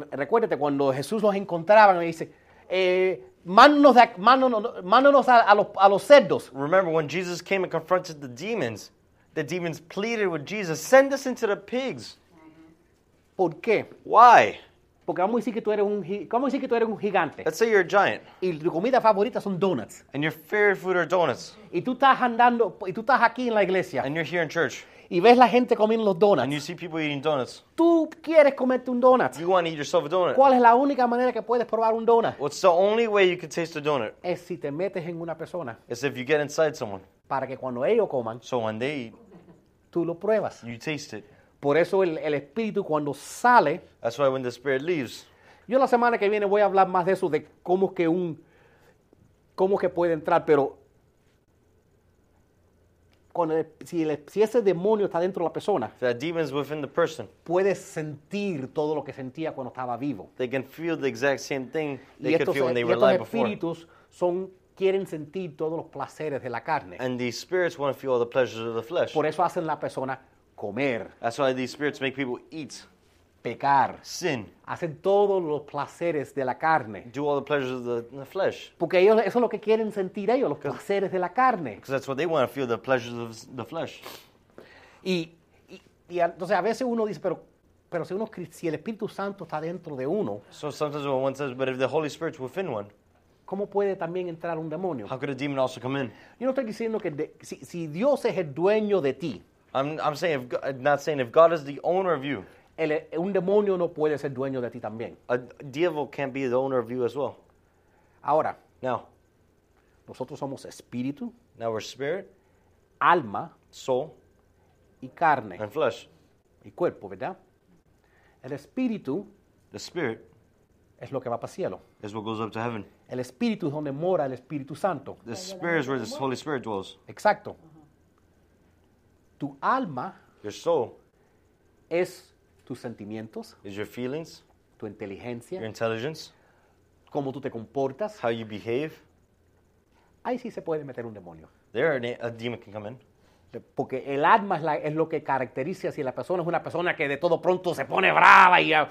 [SPEAKER 1] re- recuérdate, cuando Jesús los encontraba, me dice, eh, mándanos de ac- mándanos- mándanos a, a los, a los cerdos.
[SPEAKER 2] Remember, when Jesus came and confronted the demons, the demons pleaded with Jesus, Send us into the pigs.
[SPEAKER 1] ¿Por qué?
[SPEAKER 2] Why?
[SPEAKER 1] Porque vamos a decir que tú eres un, gi- vamos a decir que tú eres un gigante.
[SPEAKER 2] Let's say you're a giant
[SPEAKER 1] Y tu comida favorita son donuts.
[SPEAKER 2] and your favorite food are donuts.
[SPEAKER 1] Y tú estás andando, y tú estás aquí en la iglesia
[SPEAKER 2] and you're here in church
[SPEAKER 1] y ves la gente comiendo los
[SPEAKER 2] and you
[SPEAKER 1] donuts.
[SPEAKER 2] see people eating donuts,
[SPEAKER 1] Tú quieres comerte un donut.
[SPEAKER 2] you want to eat yourself a donut.
[SPEAKER 1] ¿Cuál es la única manera que puedes probar un donut?
[SPEAKER 2] What's the only way you can taste a donut?
[SPEAKER 1] es si te metes en una persona
[SPEAKER 2] Is if you get inside someone.
[SPEAKER 1] para que cuando ellos coman,
[SPEAKER 2] So when they eat,
[SPEAKER 1] tú lo pruebas.
[SPEAKER 2] you taste it.
[SPEAKER 1] Por eso el, el espíritu cuando sale,
[SPEAKER 2] That's why when the spirit leaves,
[SPEAKER 1] yo la semana que viene voy a hablar más de eso, de cómo es que un, cómo es que puede entrar, pero cuando el- si, el- si ese demonio está dentro de la persona,
[SPEAKER 2] if that demon's within the person,
[SPEAKER 1] puedes sentir todo lo que sentía cuando estaba vivo.
[SPEAKER 2] they can feel the exact same thing
[SPEAKER 1] y
[SPEAKER 2] they could
[SPEAKER 1] estos, e,
[SPEAKER 2] feel when they
[SPEAKER 1] y
[SPEAKER 2] were
[SPEAKER 1] estos
[SPEAKER 2] alive before.
[SPEAKER 1] espíritus son, quieren sentir todos los placeres de la carne.
[SPEAKER 2] And these spirits want to feel all the pleasures of the flesh.
[SPEAKER 1] Por eso hacen la persona comer,
[SPEAKER 2] That's why these spirits make people eat,
[SPEAKER 1] pecar,
[SPEAKER 2] sin,
[SPEAKER 1] hacen todos los placeres de la carne.
[SPEAKER 2] do all the pleasures of the, the flesh.
[SPEAKER 1] Porque ellos, eso es lo que quieren sentir ellos, los placeres de la carne.
[SPEAKER 2] Because that's what they want to feel, the pleasures of the flesh.
[SPEAKER 1] Y, y- y a- entonces a veces uno dice, pero, pero si, uno, es cri- si el Espíritu Santo está dentro de uno,
[SPEAKER 2] So sometimes when one says, but if the Holy Spirit's within one,
[SPEAKER 1] ¿cómo puede también entrar un demonio?
[SPEAKER 2] how could a demon also come in?
[SPEAKER 1] Yo no estoy diciendo que de- si, si Dios es el dueño de ti,
[SPEAKER 2] I'm, I'm saying, if, Go- I'm not saying if God is the owner of you,
[SPEAKER 1] el- un demonio no puede ser dueño de ti también.
[SPEAKER 2] a devil can't be the owner of you as well.
[SPEAKER 1] Ahora,
[SPEAKER 2] Now,
[SPEAKER 1] nosotros somos espíritu,
[SPEAKER 2] now we're spirit,
[SPEAKER 1] alma
[SPEAKER 2] soul,
[SPEAKER 1] y carne
[SPEAKER 2] and flesh.
[SPEAKER 1] y cuerpo, ¿verdad? El espíritu
[SPEAKER 2] The spirit
[SPEAKER 1] es lo que va para el cielo.
[SPEAKER 2] is what goes up to heaven.
[SPEAKER 1] El espíritu es donde mora el Espíritu Santo.
[SPEAKER 2] The spirit is where the Holy Spirit dwells.
[SPEAKER 1] Exacto. Tu alma
[SPEAKER 2] Your soul
[SPEAKER 1] es tus sentimientos,
[SPEAKER 2] is your feelings,
[SPEAKER 1] tu
[SPEAKER 2] your
[SPEAKER 1] inteligencia,
[SPEAKER 2] intelligence,
[SPEAKER 1] cómo tú te comportas.
[SPEAKER 2] how you behave.
[SPEAKER 1] Ahí sí se puede meter un demonio.
[SPEAKER 2] There, a, na- a demon can come in.
[SPEAKER 1] Porque el alma es, la- es lo que caracteriza si la persona es una persona que de todo pronto se pone brava y... ah,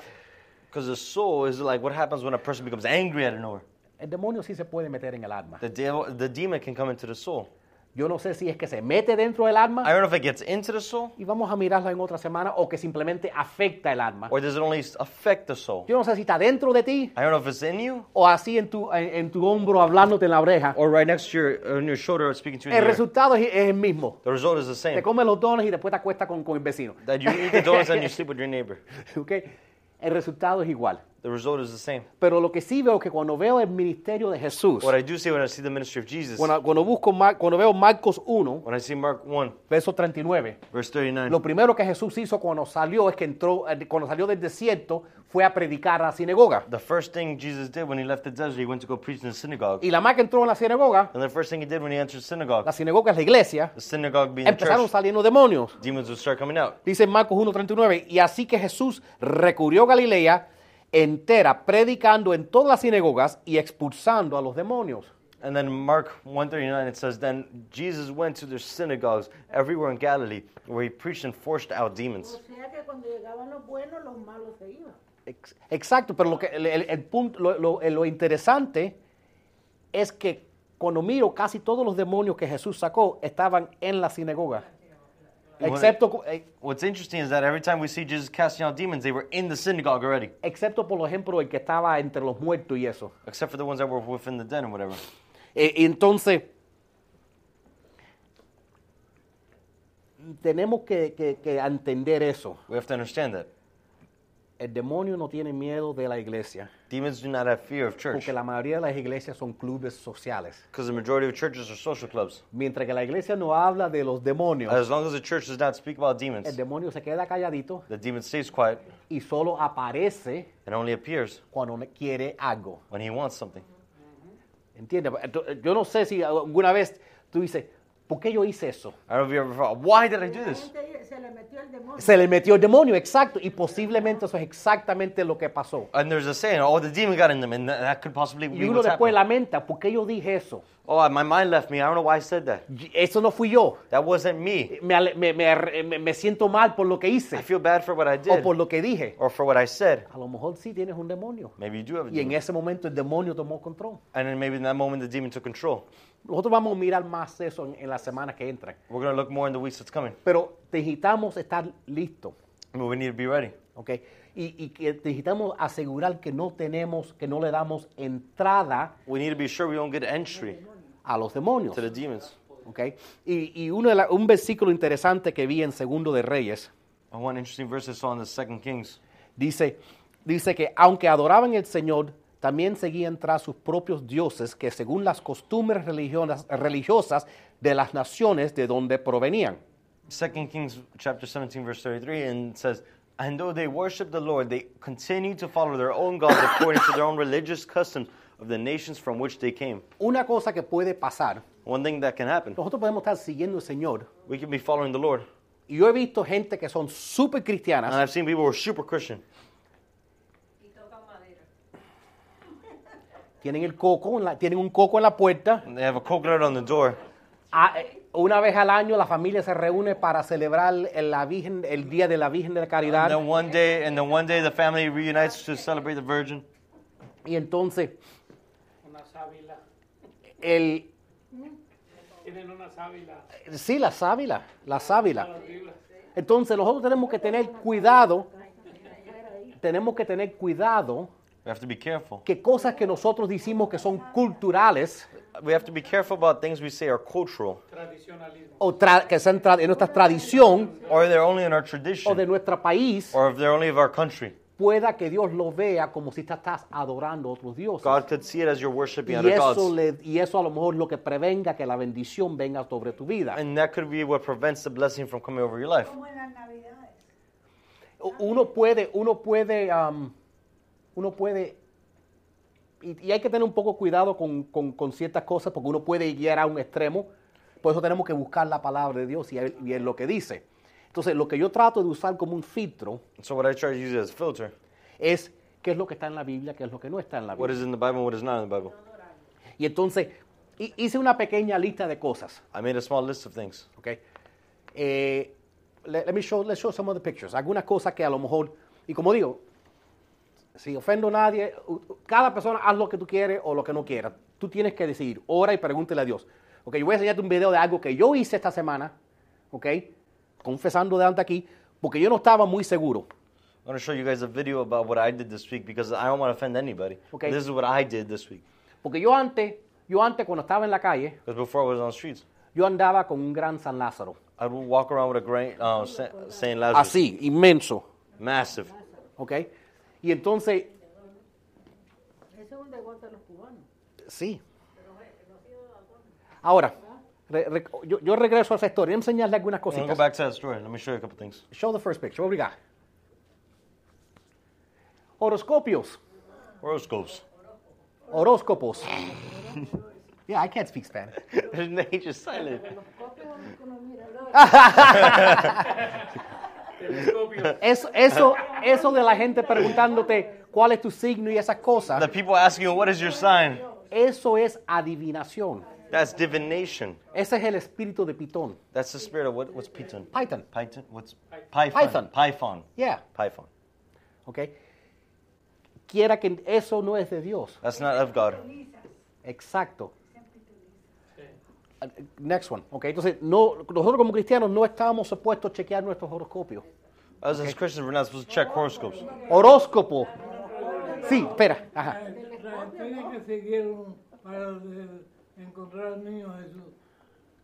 [SPEAKER 2] Because the soul is like what happens when a person becomes angry out of nowhere.
[SPEAKER 1] El demonio sí se puede meter en el alma.
[SPEAKER 2] The, devil, the demon can come into the soul.
[SPEAKER 1] Yo no sé si es que se mete dentro del
[SPEAKER 2] I
[SPEAKER 1] alma
[SPEAKER 2] don't know if it gets into the soul
[SPEAKER 1] y vamos a mirarla en otra semana o que simplemente afecta el alma.
[SPEAKER 2] or does it only affect the soul.
[SPEAKER 1] Yo no sé si está dentro de ti
[SPEAKER 2] I don't know if it's in you
[SPEAKER 1] o así en tu, en, en tu hombro hablándote en la oreja.
[SPEAKER 2] or right next to your on your shoulder or speaking to you. in
[SPEAKER 1] El
[SPEAKER 2] the ear.
[SPEAKER 1] resultado es, es el mismo.
[SPEAKER 2] The result is the
[SPEAKER 1] Te
[SPEAKER 2] same.
[SPEAKER 1] comes los dones y después te acuestas con, con el vecino.
[SPEAKER 2] That you eat the donuts and you sleep with your neighbor.
[SPEAKER 1] ¿Ok? El resultado es igual.
[SPEAKER 2] The result is the same.
[SPEAKER 1] Pero lo que sí veo que cuando veo el ministerio de Jesús,
[SPEAKER 2] What I do see when I see the ministry of Jesus, when I,
[SPEAKER 1] cuando, cuando busco Mar- cuando veo Marcos 1,
[SPEAKER 2] see Mark 1,
[SPEAKER 1] verso 39,
[SPEAKER 2] verse 39,
[SPEAKER 1] lo primero que Jesús hizo cuando salió es que entró, eh, cuando salió del desierto, fue a predicar a la sinagoga.
[SPEAKER 2] the first thing Jesus did when he left the desert, he went to go preach in the synagogue.
[SPEAKER 1] Y la más que entró en la sinagoga,
[SPEAKER 2] And the first thing he did when he entered
[SPEAKER 1] la
[SPEAKER 2] synagogue,
[SPEAKER 1] sinagoga es la iglesia,
[SPEAKER 2] the synagogue being the
[SPEAKER 1] empezaron
[SPEAKER 2] church,
[SPEAKER 1] saliendo demonios.
[SPEAKER 2] demons would start coming out.
[SPEAKER 1] Dice en Marcos 1.39, y así que Jesús recurrió a Galilea entera, predicando en todas las sinagogas y expulsando a los demonios.
[SPEAKER 2] And then Mark 139, it says, Then Jesus went to their synagogues everywhere in Galilee, where he preached and forced out demons.
[SPEAKER 3] O sea que cuando llegaban los buenos, los malos se iban.
[SPEAKER 1] Ex- Exacto, pero lo, que, el, el- el punto, lo, lo- lo interesante es que cuando miro casi todos los demonios que Jesús sacó estaban en la sinagoga. Excepto, cu- eh,
[SPEAKER 2] What's interesting is that every time we see Jesus casting out demons, they were in the synagogue already,
[SPEAKER 1] excepto por ejemplo el que estaba entre los muertos y eso.
[SPEAKER 2] except for the ones that were within the den or whatever.
[SPEAKER 1] E- y entonces, tenemos que, que- que entender eso.
[SPEAKER 2] We have to understand that.
[SPEAKER 1] El demonio no tiene miedo de la iglesia,
[SPEAKER 2] Demons do not have fear of church,
[SPEAKER 1] porque la mayoría de las iglesias son clubes sociales.
[SPEAKER 2] because the majority of churches are social clubs.
[SPEAKER 1] Mientras que la iglesia no habla de los demonios,
[SPEAKER 2] As long as the church does not speak about
[SPEAKER 1] el
[SPEAKER 2] demons,
[SPEAKER 1] demonio se queda calladito
[SPEAKER 2] the demon stays quiet
[SPEAKER 1] y solo aparece
[SPEAKER 2] and only appears
[SPEAKER 1] cuando le- quiere algo.
[SPEAKER 2] when he wants something.
[SPEAKER 1] ¿Entiendes? Ento- Yo no sé si alguna vez tú dices, ¿por qué yo hice eso?
[SPEAKER 2] I don't know if you ever thought, why did I do
[SPEAKER 3] La
[SPEAKER 2] this?
[SPEAKER 3] gente se le metió el demonio.
[SPEAKER 1] Se le metió el demonio, exacto, y posiblemente eso es exactamente lo que pasó.
[SPEAKER 2] And there's a saying, oh, the demon got in them, and that- that could possibly
[SPEAKER 1] Y
[SPEAKER 2] be
[SPEAKER 1] uno
[SPEAKER 2] what's
[SPEAKER 1] después
[SPEAKER 2] happening.
[SPEAKER 1] lamenta, ¿por qué yo dije eso?
[SPEAKER 2] Oh, my mind left me. I don't know why I said that.
[SPEAKER 1] Y- Eso no fui yo.
[SPEAKER 2] That wasn't me.
[SPEAKER 1] Me, ale- me- me arre- me- me siento mal por lo que
[SPEAKER 2] I
[SPEAKER 1] hice
[SPEAKER 2] feel bad for what I
[SPEAKER 1] o
[SPEAKER 2] did
[SPEAKER 1] Oh, por lo que dije.
[SPEAKER 2] or for what I said.
[SPEAKER 1] A lo mejor sí tienes un demonio.
[SPEAKER 2] Maybe you do have a
[SPEAKER 1] Y en
[SPEAKER 2] demon.
[SPEAKER 1] ese momento el demonio tomó control.
[SPEAKER 2] And then maybe in that moment, the demon took control.
[SPEAKER 1] Nosotros vamos a mirar más eso en, en las semanas que entran.
[SPEAKER 2] We're going to look more in the weeks that's coming.
[SPEAKER 1] Pero necesitamos estar listos,
[SPEAKER 2] But we need to be ready.
[SPEAKER 1] ¿ok? Y, y que necesitamos asegurar que no tenemos, que no le damos entrada
[SPEAKER 2] We need to be sure we don't get entry
[SPEAKER 1] a los demonios,
[SPEAKER 2] to the demons.
[SPEAKER 1] ¿ok? Y, y uno de la- un versículo interesante que vi en Segundo de Reyes
[SPEAKER 2] And one interesting verse I saw in the Second Kings.
[SPEAKER 1] dice, dice que aunque adoraban al Señor, también seguían tras sus propios dioses que según las costumbres religionas- religiosas de las naciones de donde provenían.
[SPEAKER 2] Second Kings chapter 17, verse 33, and it says, And though they worship the Lord, they continue to follow their own gods according to their own religious customs of the nations from which they came.
[SPEAKER 1] Una cosa que puede pasar,
[SPEAKER 2] One thing that can happen,
[SPEAKER 1] nosotros podemos estar siguiendo al Señor
[SPEAKER 2] we can be following the Lord.
[SPEAKER 1] Y yo he visto gente que son súper
[SPEAKER 2] And
[SPEAKER 1] cristianas
[SPEAKER 2] I've seen people who are super Christian.
[SPEAKER 1] tienen el coco, en la- tienen un coco en la puerta.
[SPEAKER 2] And they have a coconut on the door.
[SPEAKER 1] A- eh, una vez al año la familia se reúne para celebrar el, la Virgen, el día de la Virgen de la
[SPEAKER 2] And
[SPEAKER 1] Caridad
[SPEAKER 2] then one day, and then one day the family reunites to celebrate the Virgin.
[SPEAKER 1] y entonces
[SPEAKER 4] Una sábila.
[SPEAKER 1] el
[SPEAKER 4] Tienen una sábila.
[SPEAKER 1] sí la sábila, la sábila.
[SPEAKER 4] Las vibras.
[SPEAKER 1] Entonces nosotros tenemos que tener cuidado, tenemos que tener cuidado
[SPEAKER 2] We have to be careful.
[SPEAKER 1] que cosas que nosotros decimos que son culturales
[SPEAKER 2] We have to be careful about things we say are cultural
[SPEAKER 4] Tradicionalismo.
[SPEAKER 1] o tra- que sean tra- de nuestra tradición
[SPEAKER 2] or they're only in our
[SPEAKER 1] o de
[SPEAKER 2] tradition
[SPEAKER 1] nuestro país
[SPEAKER 2] or if they're only of our country.
[SPEAKER 1] pueda que Dios lo vea como si te estás adorando a otros dioses.
[SPEAKER 2] God could see it as you're worshiping
[SPEAKER 1] y,
[SPEAKER 2] other
[SPEAKER 1] eso
[SPEAKER 2] gods.
[SPEAKER 1] le- y eso a lo mejor lo que prevenga que la bendición venga sobre tu vida.
[SPEAKER 2] And that could be what prevents the blessing from coming over your life.
[SPEAKER 3] Como en las navidades.
[SPEAKER 1] U- Uno puede, uno puede, um, uno puede, y, y hay que tener un poco cuidado con, con- con ciertas cosas porque uno puede guiar a un extremo. Por eso tenemos que buscar la palabra de Dios y, él- y es lo que dice. Entonces, lo que yo trato de usar como un filtro
[SPEAKER 2] So what I try to use it as a filter.
[SPEAKER 1] es qué es lo que está en la Biblia, qué es lo que no está en la
[SPEAKER 2] What
[SPEAKER 1] Biblia.
[SPEAKER 2] is in the Bible and what is not in the Bible.
[SPEAKER 1] Y entonces, hi- hice una pequeña lista de cosas.
[SPEAKER 2] I made a small list of things.
[SPEAKER 1] Okay. Eh, let, let me show, let's show some of the pictures. Algunas cosas que a lo mejor, y como digo, si ofendo a nadie, u- u- cada persona haz lo que tú quieres o lo que no quieras. Tú tienes que decidir. Ora y pregúntele a Dios. Ok, yo voy a enseñarte un video de algo que yo hice esta semana, ok, confesando delante aquí, porque yo no estaba muy seguro.
[SPEAKER 2] I'm going to show you guys a video about what I did this week because I don't want to offend anybody.
[SPEAKER 1] Okay.
[SPEAKER 2] This is what I did this week.
[SPEAKER 1] Porque yo antes, yo antes cuando estaba en la calle,
[SPEAKER 2] Because before I was on the streets,
[SPEAKER 1] yo andaba con un gran San Lázaro.
[SPEAKER 2] I would walk around with a great uh, Sa- Saint Lazarus.
[SPEAKER 1] Así, inmenso.
[SPEAKER 2] Massive.
[SPEAKER 1] ¿ok? Y entonces
[SPEAKER 3] son de gota los cubanos.
[SPEAKER 1] Sí. Ahora, re- re- yo, yo regreso a esa historia. Voy a enseñarle algunas
[SPEAKER 2] Let me go
[SPEAKER 1] cositas.
[SPEAKER 2] back to that story. Let me show you a couple things.
[SPEAKER 1] Show the first picture. Obrigado. Horoscopios.
[SPEAKER 2] Horoscopes.
[SPEAKER 1] Horóscopos. yeah, I can't speak Spanish.
[SPEAKER 2] Nature's silent.
[SPEAKER 3] Los
[SPEAKER 1] Ah.
[SPEAKER 3] copios que uno mira.
[SPEAKER 4] Telescopio.
[SPEAKER 1] Eso, eso, eso de la gente preguntándote cuál es tu signo y esas
[SPEAKER 2] The
[SPEAKER 1] cosas,
[SPEAKER 2] people asking you, what is your sign?
[SPEAKER 1] eso es adivinación.
[SPEAKER 2] That's divination.
[SPEAKER 1] Ese es el espíritu de Pitón.
[SPEAKER 2] That's the spirit of what, what's Python?
[SPEAKER 1] Python.
[SPEAKER 2] Python? What's
[SPEAKER 1] Python.
[SPEAKER 2] Python? Python.
[SPEAKER 1] Yeah.
[SPEAKER 2] Python.
[SPEAKER 1] ¿Ok? Quiera que eso no es de Dios.
[SPEAKER 2] That's not of God.
[SPEAKER 1] Exacto. Uh, Next one. ¿Ok? Entonces, no, nosotros como cristianos no estábamos supuestos a chequear nuestros horoscopios.
[SPEAKER 2] Us as Christians, we're not supposed to check horoscopes.
[SPEAKER 1] Horóscopo. Sí, espera. Ajá.
[SPEAKER 5] La historia que siguieron para de- encontrar al niño Jesús,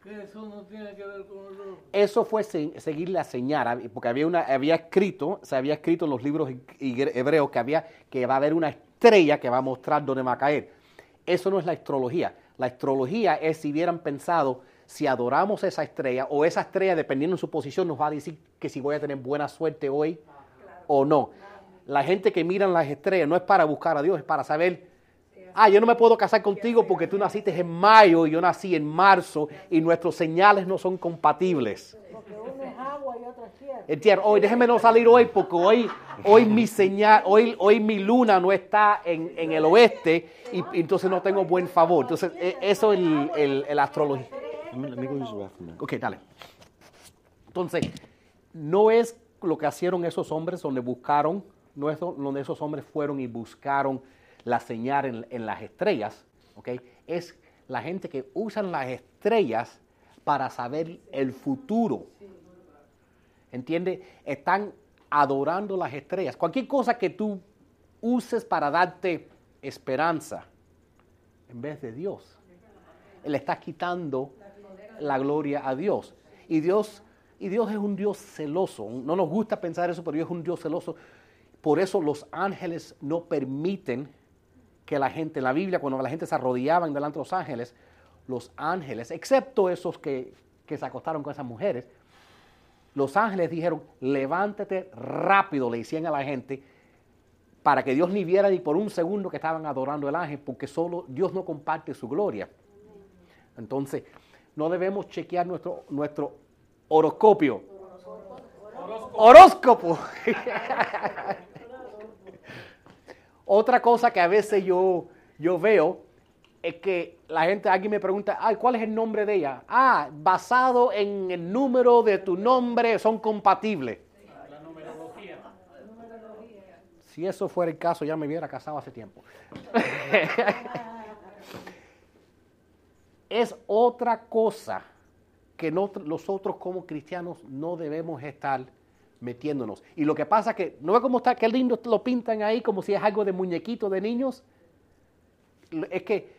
[SPEAKER 5] que eso no tiene que ver con el otro.
[SPEAKER 1] Eso fue se- seguir la señal, hab- porque había, una, había escrito, se había escrito en los libros hi- hi- hebreos que, había, que va a haber una estrella que va a mostrar dónde va a caer. Eso no es la astrología. La astrología es si hubieran pensado, si adoramos esa estrella, o esa estrella, dependiendo de su posición, nos va a decir que si voy a tener buena suerte hoy o no. La gente que miran las estrellas no es para buscar a Dios, es para saber, ah, yo no me puedo casar contigo porque tú naciste en mayo y yo nací en marzo y nuestros señales no son compatibles.
[SPEAKER 3] Porque uno es agua y otro es tierra.
[SPEAKER 1] Entiendo, hoy déjeme no salir hoy porque hoy, hoy mi señal, hoy, hoy mi luna no está en, en el oeste y y entonces no tengo buen favor. Entonces, e- eso es el, el, el astrología.
[SPEAKER 2] Let me go use the bathroom now.
[SPEAKER 1] Ok, dale. Entonces, no es lo que hicieron esos hombres donde buscaron, no es donde esos hombres fueron y buscaron la señal en, en las estrellas, ok, es la gente que usan las estrellas para saber el futuro. ¿Entiendes? Están adorando las estrellas. Cualquier cosa que tú uses para darte esperanza en vez de Dios le estás quitando la gloria a Dios. Y Dios, y Dios es un Dios celoso. No nos gusta pensar eso, pero Dios es un Dios celoso. Por eso los ángeles no permiten que la gente, en la Biblia, cuando la gente se arrodillaba delante de los ángeles, los ángeles, excepto esos que, que se acostaron con esas mujeres, los ángeles dijeron, levántate rápido, le decían a la gente, para que Dios ni viera ni por un segundo que estaban adorando al ángel, porque solo Dios no comparte su gloria. Entonces, no debemos chequear nuestro, nuestro horoscopio. Horóscopo. Otra cosa que a veces yo, yo veo es que la gente, alguien me pregunta, Ay, ¿cuál es el nombre de ella? Ah, basado en el número de tu nombre, son compatibles.
[SPEAKER 4] La numerología.
[SPEAKER 1] Si eso fuera el caso, ya me hubiera casado hace tiempo. es otra cosa que no- nosotros como cristianos no debemos estar metiéndonos. Y lo que pasa que, ¿no ve cómo está? Qué lindo lo pintan ahí como si es algo de muñequito de niños. L- Es que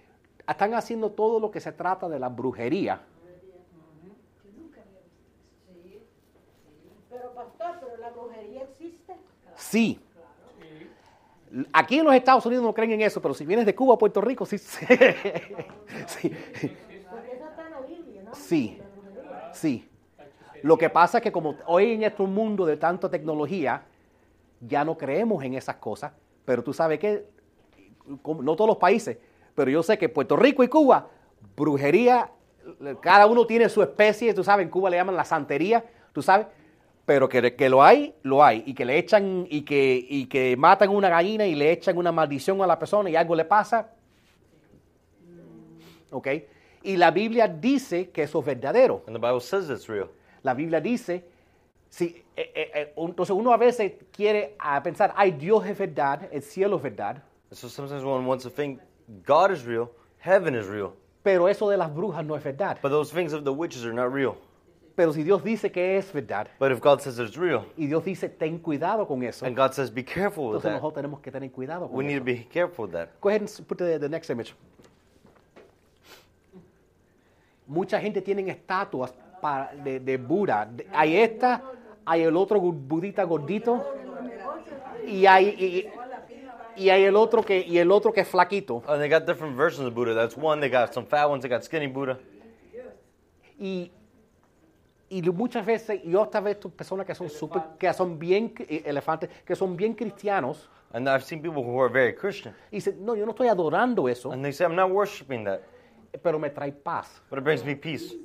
[SPEAKER 1] están haciendo todo lo que se trata de la brujería.
[SPEAKER 3] Pero pastor, pero la brujería existe.
[SPEAKER 1] Sí. Aquí en los Estados Unidos no creen en eso, pero si vienes de Cuba a Puerto Rico, sí. sí.
[SPEAKER 3] Por eso está en la Biblia, ¿no?
[SPEAKER 1] Sí, sí. Lo que pasa es que como hoy en este mundo de tanta tecnología, ya no creemos en esas cosas, pero tú sabes que, como- no todos los países, pero yo sé que Puerto Rico y Cuba, brujería, cada uno tiene su especie, tú sabes, en Cuba le llaman la santería, tú sabes, pero que, que lo hay, lo hay, y que le echan, y que, y que matan una gallina y le echan una maldición a la persona y algo le pasa, ¿ok? Y la Biblia dice que eso es verdadero.
[SPEAKER 2] And the Bible says it's real.
[SPEAKER 1] La Biblia dice, sí, eh, eh, eh, un- entonces uno a veces quiere ah, pensar, ay, Dios es verdad, el cielo es verdad,
[SPEAKER 2] And so sometimes one wants to think God is real, heaven is real,
[SPEAKER 1] pero eso de las brujas no es verdad.
[SPEAKER 2] but those things of the witches are not real.
[SPEAKER 1] Pero si Dios dice que es verdad
[SPEAKER 2] But if God says it's real,
[SPEAKER 1] y Dios dice, ten cuidado con eso,
[SPEAKER 2] and God says be careful with
[SPEAKER 1] entonces
[SPEAKER 2] that,
[SPEAKER 1] nosotros tenemos que tener cuidado
[SPEAKER 2] we
[SPEAKER 1] con
[SPEAKER 2] need to
[SPEAKER 1] eso.
[SPEAKER 2] be careful with that.
[SPEAKER 1] Go ahead and put the, the next image. Mucha gente tiene estatuas para- de, de Buda. De- Hay esta, hay el otro gu- budita gordito. Y hay, y- y- y hay el otro que, y el otro que es flaquito.
[SPEAKER 2] Oh, they got different versions of Buddha. That's one. They got some fat ones. They got skinny Buddha.
[SPEAKER 1] Y, y lo- muchas veces, y otras veces, tú- personas que son, super, que son bien cri- eh, elefantes, que son bien cristianos,
[SPEAKER 2] And I've seen people who are very Christian,
[SPEAKER 1] y dicen, no, yo no estoy adorando eso,
[SPEAKER 2] and they say, "I'm not worshiping that,
[SPEAKER 1] pero me trae paz.
[SPEAKER 2] but it brings me peace."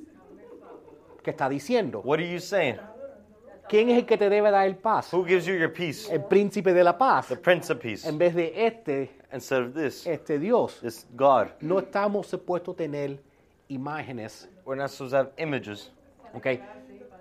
[SPEAKER 1] ¿Qué está diciendo?
[SPEAKER 2] What are you saying?
[SPEAKER 1] ¿Quién es el que te debe dar el paz?
[SPEAKER 2] Who gives you your peace?
[SPEAKER 1] El príncipe de la paz.
[SPEAKER 2] The Prince of Peace.
[SPEAKER 1] En vez de este,
[SPEAKER 2] Instead of this,
[SPEAKER 1] este Dios.
[SPEAKER 2] this God.
[SPEAKER 1] No estamos supuestos a tener imágenes,
[SPEAKER 2] We're not supposed to have images,
[SPEAKER 1] ¿ok?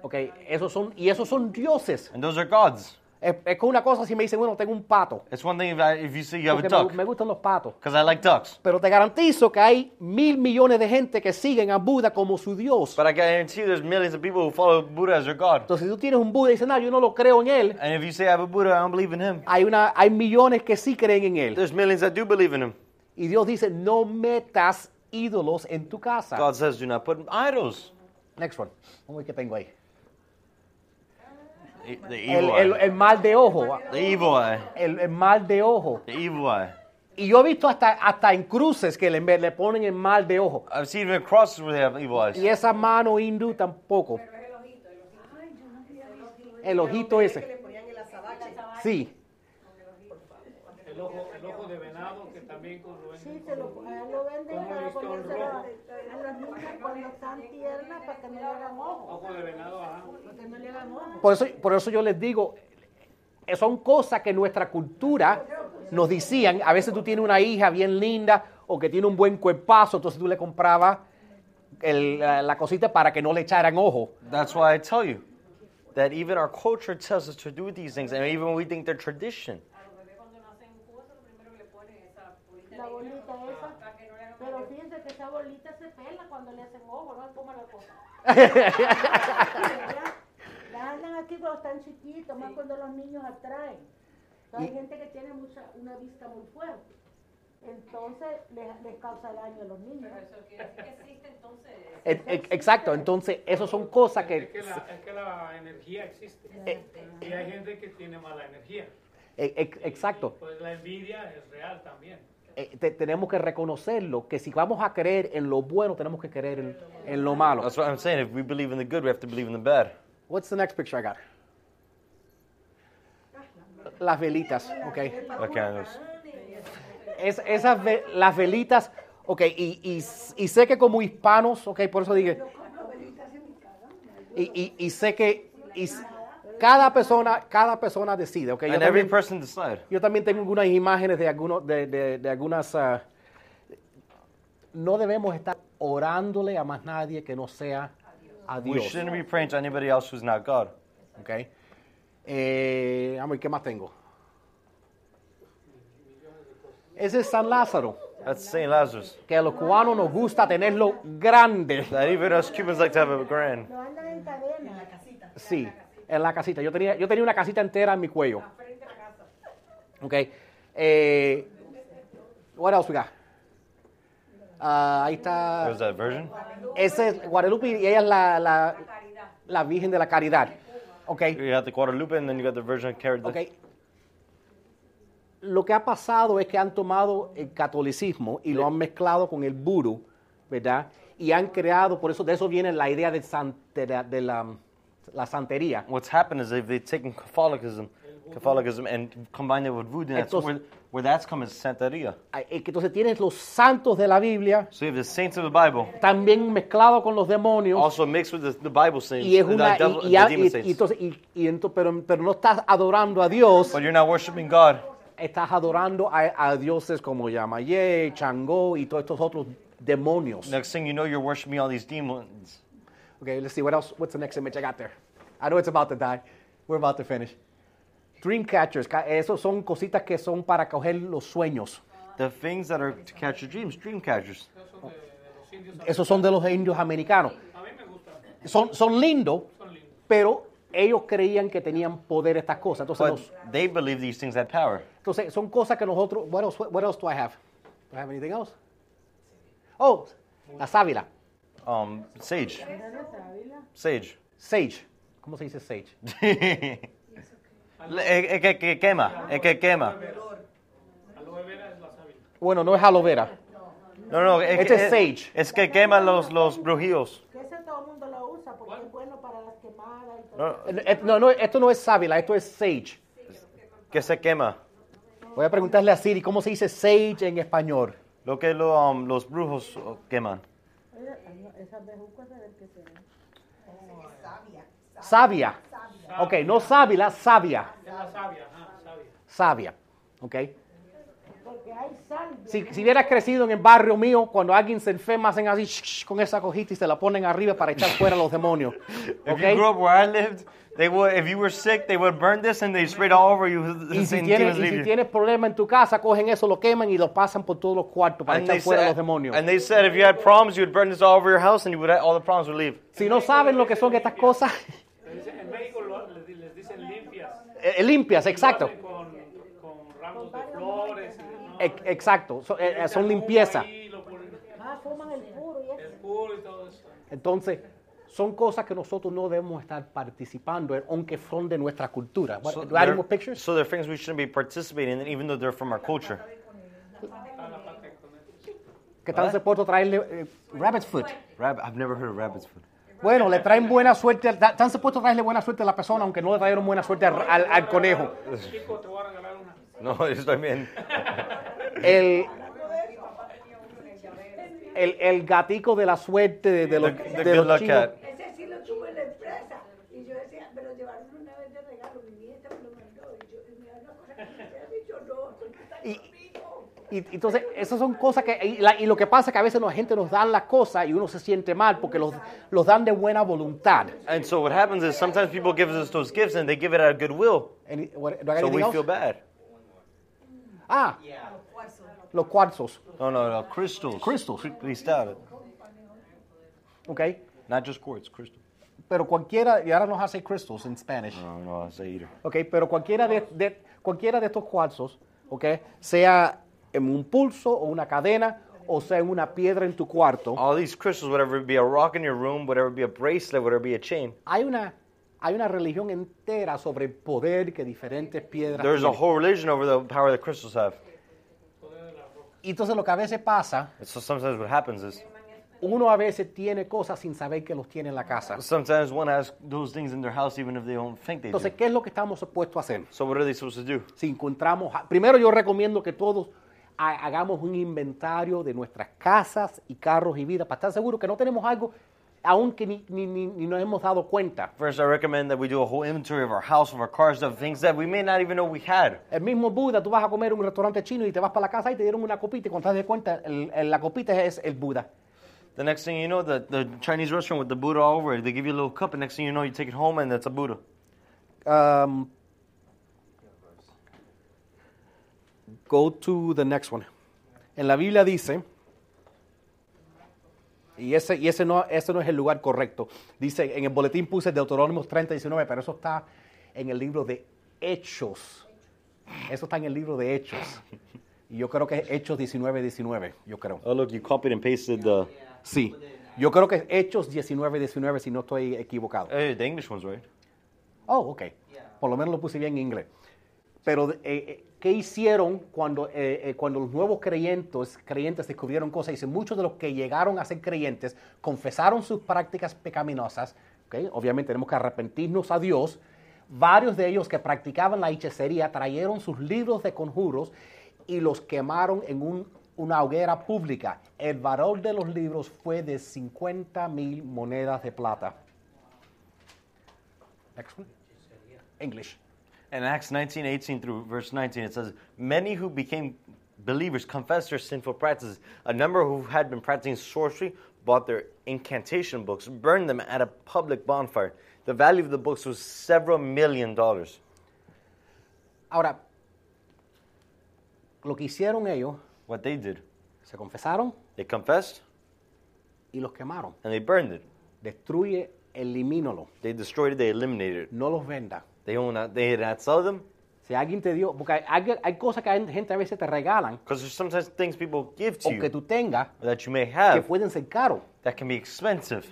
[SPEAKER 1] Ok, esos son, y esos son dioses.
[SPEAKER 2] and those are gods.
[SPEAKER 1] Es, es que una cosa si me dicen, bueno, tengo un pato,
[SPEAKER 2] It's one thing if, I, if you say you have a
[SPEAKER 1] porque me,
[SPEAKER 2] duck,
[SPEAKER 1] me gustan los patos.
[SPEAKER 2] because I like ducks.
[SPEAKER 1] Pero te garantizo que hay mil millones de gente que siguen a Buda como su Dios.
[SPEAKER 2] But I guarantee there's millions of people who follow Buddha as their God.
[SPEAKER 1] Entonces, si tú tienes un Buda y dices, no, yo no lo creo en él,
[SPEAKER 2] And if you say I have a Buddha, I don't believe in him.
[SPEAKER 1] hay, una, hay millones que sí creen en él.
[SPEAKER 2] There's millions that do believe in him.
[SPEAKER 1] Y Dios dice, no metas ídolos en tu casa.
[SPEAKER 2] God says, "Do not put idols."
[SPEAKER 1] Next one. Vamos a ver qué tengo ahí.
[SPEAKER 2] E- The
[SPEAKER 1] El,
[SPEAKER 2] evil
[SPEAKER 1] el-
[SPEAKER 2] eye.
[SPEAKER 1] el mal de ojo.
[SPEAKER 2] The evil eye.
[SPEAKER 1] El, el mal de ojo.
[SPEAKER 2] The evil eye.
[SPEAKER 1] Y yo he visto hasta, hasta en cruces que le, le ponen el mal de ojo.
[SPEAKER 2] I've seen even crosses where they have evil eyes.
[SPEAKER 1] Y esa mano hindú tampoco. El ojito ese. Sí.
[SPEAKER 4] El ojo, el ojo de venado que también con Rubén.
[SPEAKER 3] Sí, se lo, a él lo venden para ponérselo a, a las niñas cuando están tiernas para que no le hagan ojo.
[SPEAKER 4] Ojo de venado, ajá.
[SPEAKER 3] Para que no le hagan ojo.
[SPEAKER 1] Por eso, por eso yo les digo, eh, son cosas que nuestra cultura nos decían. A veces tú tienes una hija bien linda o que tiene un buen cuerpazo, entonces tú le comprabas el- la, la cosita para que no le echaran ojo.
[SPEAKER 2] That's why I tell you that even our culture tells us to do these things, and even we think they're tradition.
[SPEAKER 3] La bolita esa. Pero fíjense que esa bolita se pela cuando le hacen ojo, ¿no? ¿Cómo la cosa? Las andan aquí cuando están chiquitos, más cuando los niños atraen. Entonces, Hay gente que tiene mucha, una vista muy fuerte. Entonces les, les causa daño a los niños.
[SPEAKER 1] Eh, eh, Exacto, entonces esas son cosas
[SPEAKER 4] Es que
[SPEAKER 1] que...
[SPEAKER 4] la, es que la energía existe. Y hay gente que tiene mala energía.
[SPEAKER 1] eh, eh, Exacto.
[SPEAKER 4] Pues la envidia es real también.
[SPEAKER 1] eh, te- tenemos que reconocerlo, que si vamos a creer en lo bueno, tenemos que creer en, en lo malo.
[SPEAKER 2] That's what I'm saying. If we believe in the good, we have to believe in the bad.
[SPEAKER 1] What's the next picture I got? Las velitas, ok.
[SPEAKER 2] Like candles.
[SPEAKER 1] Es- esas ve- las velitas, ok, y, y- y sé que como hispanos, ok, por eso dije. Y, y- y sé que y s- cada persona, cada persona decide, ok. Yo
[SPEAKER 2] And every
[SPEAKER 1] también,
[SPEAKER 2] person decide.
[SPEAKER 1] yo también tengo algunas imágenes de algunos, de, de- de algunas. ah, no debemos estar orándole a más nadie que no sea a
[SPEAKER 2] We
[SPEAKER 1] Dios.
[SPEAKER 2] shouldn't be praying to anybody else who's not God.
[SPEAKER 1] ¿ok? Eh, vamos, ¿y qué más tengo? Ese es San Lázaro,
[SPEAKER 2] That's Saint Lazarus.
[SPEAKER 1] que a los cubanos nos gusta tenerlo grande.
[SPEAKER 2] That even us Cubans like to have a grand.
[SPEAKER 3] Lo andan en cadena. En la casita.
[SPEAKER 1] Sí, en la casita. Yo tenía, yo tenía una casita entera en mi cuello. Ok. Eh, what else we got? Ah, ahí
[SPEAKER 2] What was
[SPEAKER 1] está.
[SPEAKER 2] that version?
[SPEAKER 1] Esa es Guadalupe y ella es la, la, la Virgen de la Caridad. Ok.
[SPEAKER 2] You got the Guadalupe, and then you got the version of Carrot.
[SPEAKER 1] Ok. Lo que ha pasado es que han tomado el catolicismo y lo han mezclado con el vudú, ¿verdad? Y han creado, por eso de eso viene la idea de, san- de la, de la- la santería.
[SPEAKER 2] What's happened is they've, they've taken Catholicism, Catholicism, and combined it with voodoo. And that's
[SPEAKER 1] Entonces-
[SPEAKER 2] where, where that's come is Santeria.
[SPEAKER 1] Ay, eh, que Entonces tienes los santos de la Biblia,
[SPEAKER 2] So you have the saints of the Bible,
[SPEAKER 1] también mezclado con los demonios.
[SPEAKER 2] also mixed with the, the Bible saints,
[SPEAKER 1] Y es
[SPEAKER 2] the
[SPEAKER 1] una.
[SPEAKER 2] devil-
[SPEAKER 1] y- y-
[SPEAKER 2] the
[SPEAKER 1] y-
[SPEAKER 2] demon saints.
[SPEAKER 1] y entonces- y- y ento- pero, pero no estás adorando a Dios,
[SPEAKER 2] But you're not worshiping God.
[SPEAKER 1] estás adorando a, a dioses como Yamaye, Changó y todos estos otros demonios.
[SPEAKER 2] Next thing you know, you're worshiping all these demons.
[SPEAKER 1] Okay, let's see what else. What's the next image I got there? I know it's about to die. We're about to finish. Dream catchers. ca- Esos son cositas que son para coger los sueños.
[SPEAKER 2] The things that are to catch your dreams, dream catchers.
[SPEAKER 1] Esos son de los indios americanos.
[SPEAKER 4] A mí me gusta.
[SPEAKER 1] Son, son lindos, pero ellos creían que tenían poder estas cosas. Entonces,
[SPEAKER 2] But
[SPEAKER 1] los-
[SPEAKER 2] they believe these things had power.
[SPEAKER 1] entonces son cosas que nosotros. What else, what else do I have? Do I have anything else? Oh, la sábila.
[SPEAKER 2] Um, sage, sage.
[SPEAKER 1] Sage. ¿Cómo se dice sage?
[SPEAKER 2] eh, El el que que quema, el que quema.
[SPEAKER 4] Al
[SPEAKER 1] Bueno, no es aloe vera.
[SPEAKER 2] No, no, es,
[SPEAKER 1] Este
[SPEAKER 2] que-
[SPEAKER 1] es sage.
[SPEAKER 2] Es que queman los, los brujíos.
[SPEAKER 3] Que eso todo el mundo lo usa porque es bueno para las quemadas y todo.
[SPEAKER 2] No,
[SPEAKER 1] Eh, No, no, esto no es sábila, esto es sage.
[SPEAKER 2] que se quema.
[SPEAKER 1] Voy a preguntarle a Siri cómo se dice sage en español.
[SPEAKER 2] Lo que lo, um, los brujos oh, queman.
[SPEAKER 3] Oye, ay, no, esas bejucas de ver qué será.
[SPEAKER 1] Sabia. Ok, no sábila, sabia.
[SPEAKER 4] Es la savia, ajá, savia.
[SPEAKER 1] Sabia. Ok.
[SPEAKER 3] Porque hay salvia.
[SPEAKER 1] Si, si hubieras crecido en el barrio mío, cuando alguien se enferma, hacen así sh- sh- con esa cojita y se la ponen arriba para echar fuera los demonios.
[SPEAKER 2] If
[SPEAKER 1] Ok.
[SPEAKER 2] you grew up where I lived, they would, if you were sick, they would burn this and they spray it all over you.
[SPEAKER 1] Y
[SPEAKER 2] and
[SPEAKER 1] si,
[SPEAKER 2] demons
[SPEAKER 1] tienes, y
[SPEAKER 2] leave
[SPEAKER 1] si
[SPEAKER 2] you.
[SPEAKER 1] tienes problemas en tu casa, cogen eso, lo queman y lo pasan por todos los cuartos para
[SPEAKER 2] And
[SPEAKER 1] echar
[SPEAKER 2] they
[SPEAKER 1] fuera
[SPEAKER 2] said-
[SPEAKER 1] los demonios.
[SPEAKER 2] and they said if you had problems, you would burn this all over your house and you would all the problems would leave.
[SPEAKER 1] Si no saben lo que son estas cosas,
[SPEAKER 4] Le dicen- en México lo- les, di- les dicen limpias.
[SPEAKER 1] eh, limpias, exacto.
[SPEAKER 4] Lo hacen Con, con ramos de flores. y- no,
[SPEAKER 1] Ex- Exacto, so- eh, eh, son
[SPEAKER 4] Echan
[SPEAKER 1] limpieza.
[SPEAKER 4] agua ahí, lo ponen-
[SPEAKER 3] Ah, fuman el puro y eso.
[SPEAKER 4] El puro y todo eso.
[SPEAKER 1] Entonces, son cosas que nosotros no debemos estar participando, en, aunque son de nuestra cultura. What- do I have
[SPEAKER 2] they're-
[SPEAKER 1] more pictures?
[SPEAKER 2] so they're things we shouldn't be participating in, even though they're from our culture.
[SPEAKER 4] Está la pata con eso.
[SPEAKER 1] ¿Qué tal se puede traerle eh, rabbit foot?
[SPEAKER 2] Rab- I've never heard of rabbit's foot.
[SPEAKER 1] Bueno, le traen buena suerte, al- tan se puede traerle buena suerte a la persona, aunque no le trajeron buena suerte al, al- al conejo.
[SPEAKER 4] Chico, te voy a regalar una.
[SPEAKER 2] No, it's, I mean,
[SPEAKER 1] El, el, el gatico de la suerte de, de los,
[SPEAKER 2] The- the
[SPEAKER 1] de
[SPEAKER 2] good
[SPEAKER 1] los
[SPEAKER 2] luck
[SPEAKER 1] chinos.
[SPEAKER 2] cat.
[SPEAKER 6] Ese sí lo tuve en la empresa. Y yo decía, me lo llevaron una vez de regalo, mi nieta me lo mandó. Y yo, y me da una cosa que me hicieron, y yo no, porque está
[SPEAKER 1] Y-
[SPEAKER 6] conmigo.
[SPEAKER 1] Y entonces, esas son cosas que. Y, la- y lo que pasa es que a veces la gente nos dan las cosas y uno se siente mal porque los, los dan de buena voluntad.
[SPEAKER 2] and so what happens is sometimes people give us those gifts and they give it out of goodwill,
[SPEAKER 1] Any- what- do I got
[SPEAKER 2] so
[SPEAKER 1] anything
[SPEAKER 2] we
[SPEAKER 1] else?
[SPEAKER 2] feel bad.
[SPEAKER 1] Ah, los cuarzos.
[SPEAKER 2] No, no, no, crystals.
[SPEAKER 1] Crystals.
[SPEAKER 2] Cri- cristal.
[SPEAKER 1] Ok.
[SPEAKER 2] Not just quartz, crystal.
[SPEAKER 1] Pero cualquiera. Y ahora nos hace crystals en Spanish.
[SPEAKER 2] No, no, I say either.
[SPEAKER 1] Ok, pero cualquiera de, de- cualquiera de estos cuarzos, ok, sea en un pulso o una cadena o sea en una piedra en tu cuarto.
[SPEAKER 2] All these crystals, whatever it be, a rock in your room, whatever it be, a bracelet, whatever it be, a chain.
[SPEAKER 1] Hay una, hay una religión entera sobre el poder que diferentes piedras
[SPEAKER 2] There's a
[SPEAKER 1] tienen.
[SPEAKER 2] whole religion over the power that crystals have.
[SPEAKER 1] Y entonces lo que a veces pasa,
[SPEAKER 2] And so sometimes what happens is
[SPEAKER 1] uno a veces tiene cosas sin saber que los tiene en la casa.
[SPEAKER 2] sometimes one has those things in their house even if they don't think they do.
[SPEAKER 1] Entonces, ¿qué es lo que estamos supuestos a hacer?
[SPEAKER 2] So what are they supposed to do?
[SPEAKER 1] Si encontramos, primero yo recomiendo que todos ha- hagamos un inventario de nuestras casas y carros y vida para estar seguros que no tenemos algo aún que ni, ni- ni- ni nos hemos dado cuenta.
[SPEAKER 2] First, I recommend that we do a whole inventory of our house, of our cars, of things that we may not even know we had.
[SPEAKER 1] El mismo Buda, tú vas a comer en un restaurante chino y te vas para la casa y te dieron una copita y cuando te das de cuenta, el- el- la copita es el Buda.
[SPEAKER 2] The next thing you know, the, the Chinese restaurant with the Buddha all over it, they give you a little cup, and next thing you know, you take it home and that's a Buddha.
[SPEAKER 1] Um, go to the next one. En la Biblia dice, y ese, y ese, no, ese no es el lugar correcto. Dice, en el boletín puse Deuteronomio 30, 19, pero eso está en el libro de Hechos. Eso está en el libro de Hechos. Y yo creo que es Hechos 19, 19, yo creo.
[SPEAKER 2] Oh, look, you copied and pasted the.
[SPEAKER 1] Sí, yo creo que es Hechos 19, 19, si no estoy equivocado.
[SPEAKER 2] Hey, the English one's right.
[SPEAKER 1] Oh, ok. Por lo menos lo puse bien en inglés. Pero, eh, eh, ¿qué hicieron cuando, eh, eh, cuando los nuevos creyentes, creyentes descubrieron cosas? Dice, muchos de los que llegaron a ser creyentes confesaron sus prácticas pecaminosas. ¿ok? Obviamente tenemos que arrepentirnos a Dios. Varios de ellos que practicaban la hechicería trajeron sus libros de conjuros y los quemaron en un- una hoguera pública. El valor de los libros fue de 50 mil monedas de plata. Next one. English.
[SPEAKER 2] In Acts 19, 18 through verse 19, it says, Many who became believers confessed their sinful practices. A number who had been practicing sorcery bought their incantation books, burned them at a public bonfire. The value of the books was several million dollars.
[SPEAKER 1] Ahora, lo que hicieron ellos,
[SPEAKER 2] What they did,
[SPEAKER 1] se confesaron
[SPEAKER 2] they confessed
[SPEAKER 1] y los quemaron.
[SPEAKER 2] and they burned it.
[SPEAKER 1] Destruye, elimínalo,
[SPEAKER 2] They destroyed it, they eliminated it.
[SPEAKER 1] no los venda.
[SPEAKER 2] They will not, they did not sell them
[SPEAKER 1] Si alguien te dio, porque hay, hay- hay cosas que hay gente a veces te regalan
[SPEAKER 2] because there's sometimes things people give to
[SPEAKER 1] o que
[SPEAKER 2] you
[SPEAKER 1] tú tengas
[SPEAKER 2] that you may
[SPEAKER 1] que
[SPEAKER 2] have
[SPEAKER 1] pueden ser caros.
[SPEAKER 2] that can be expensive.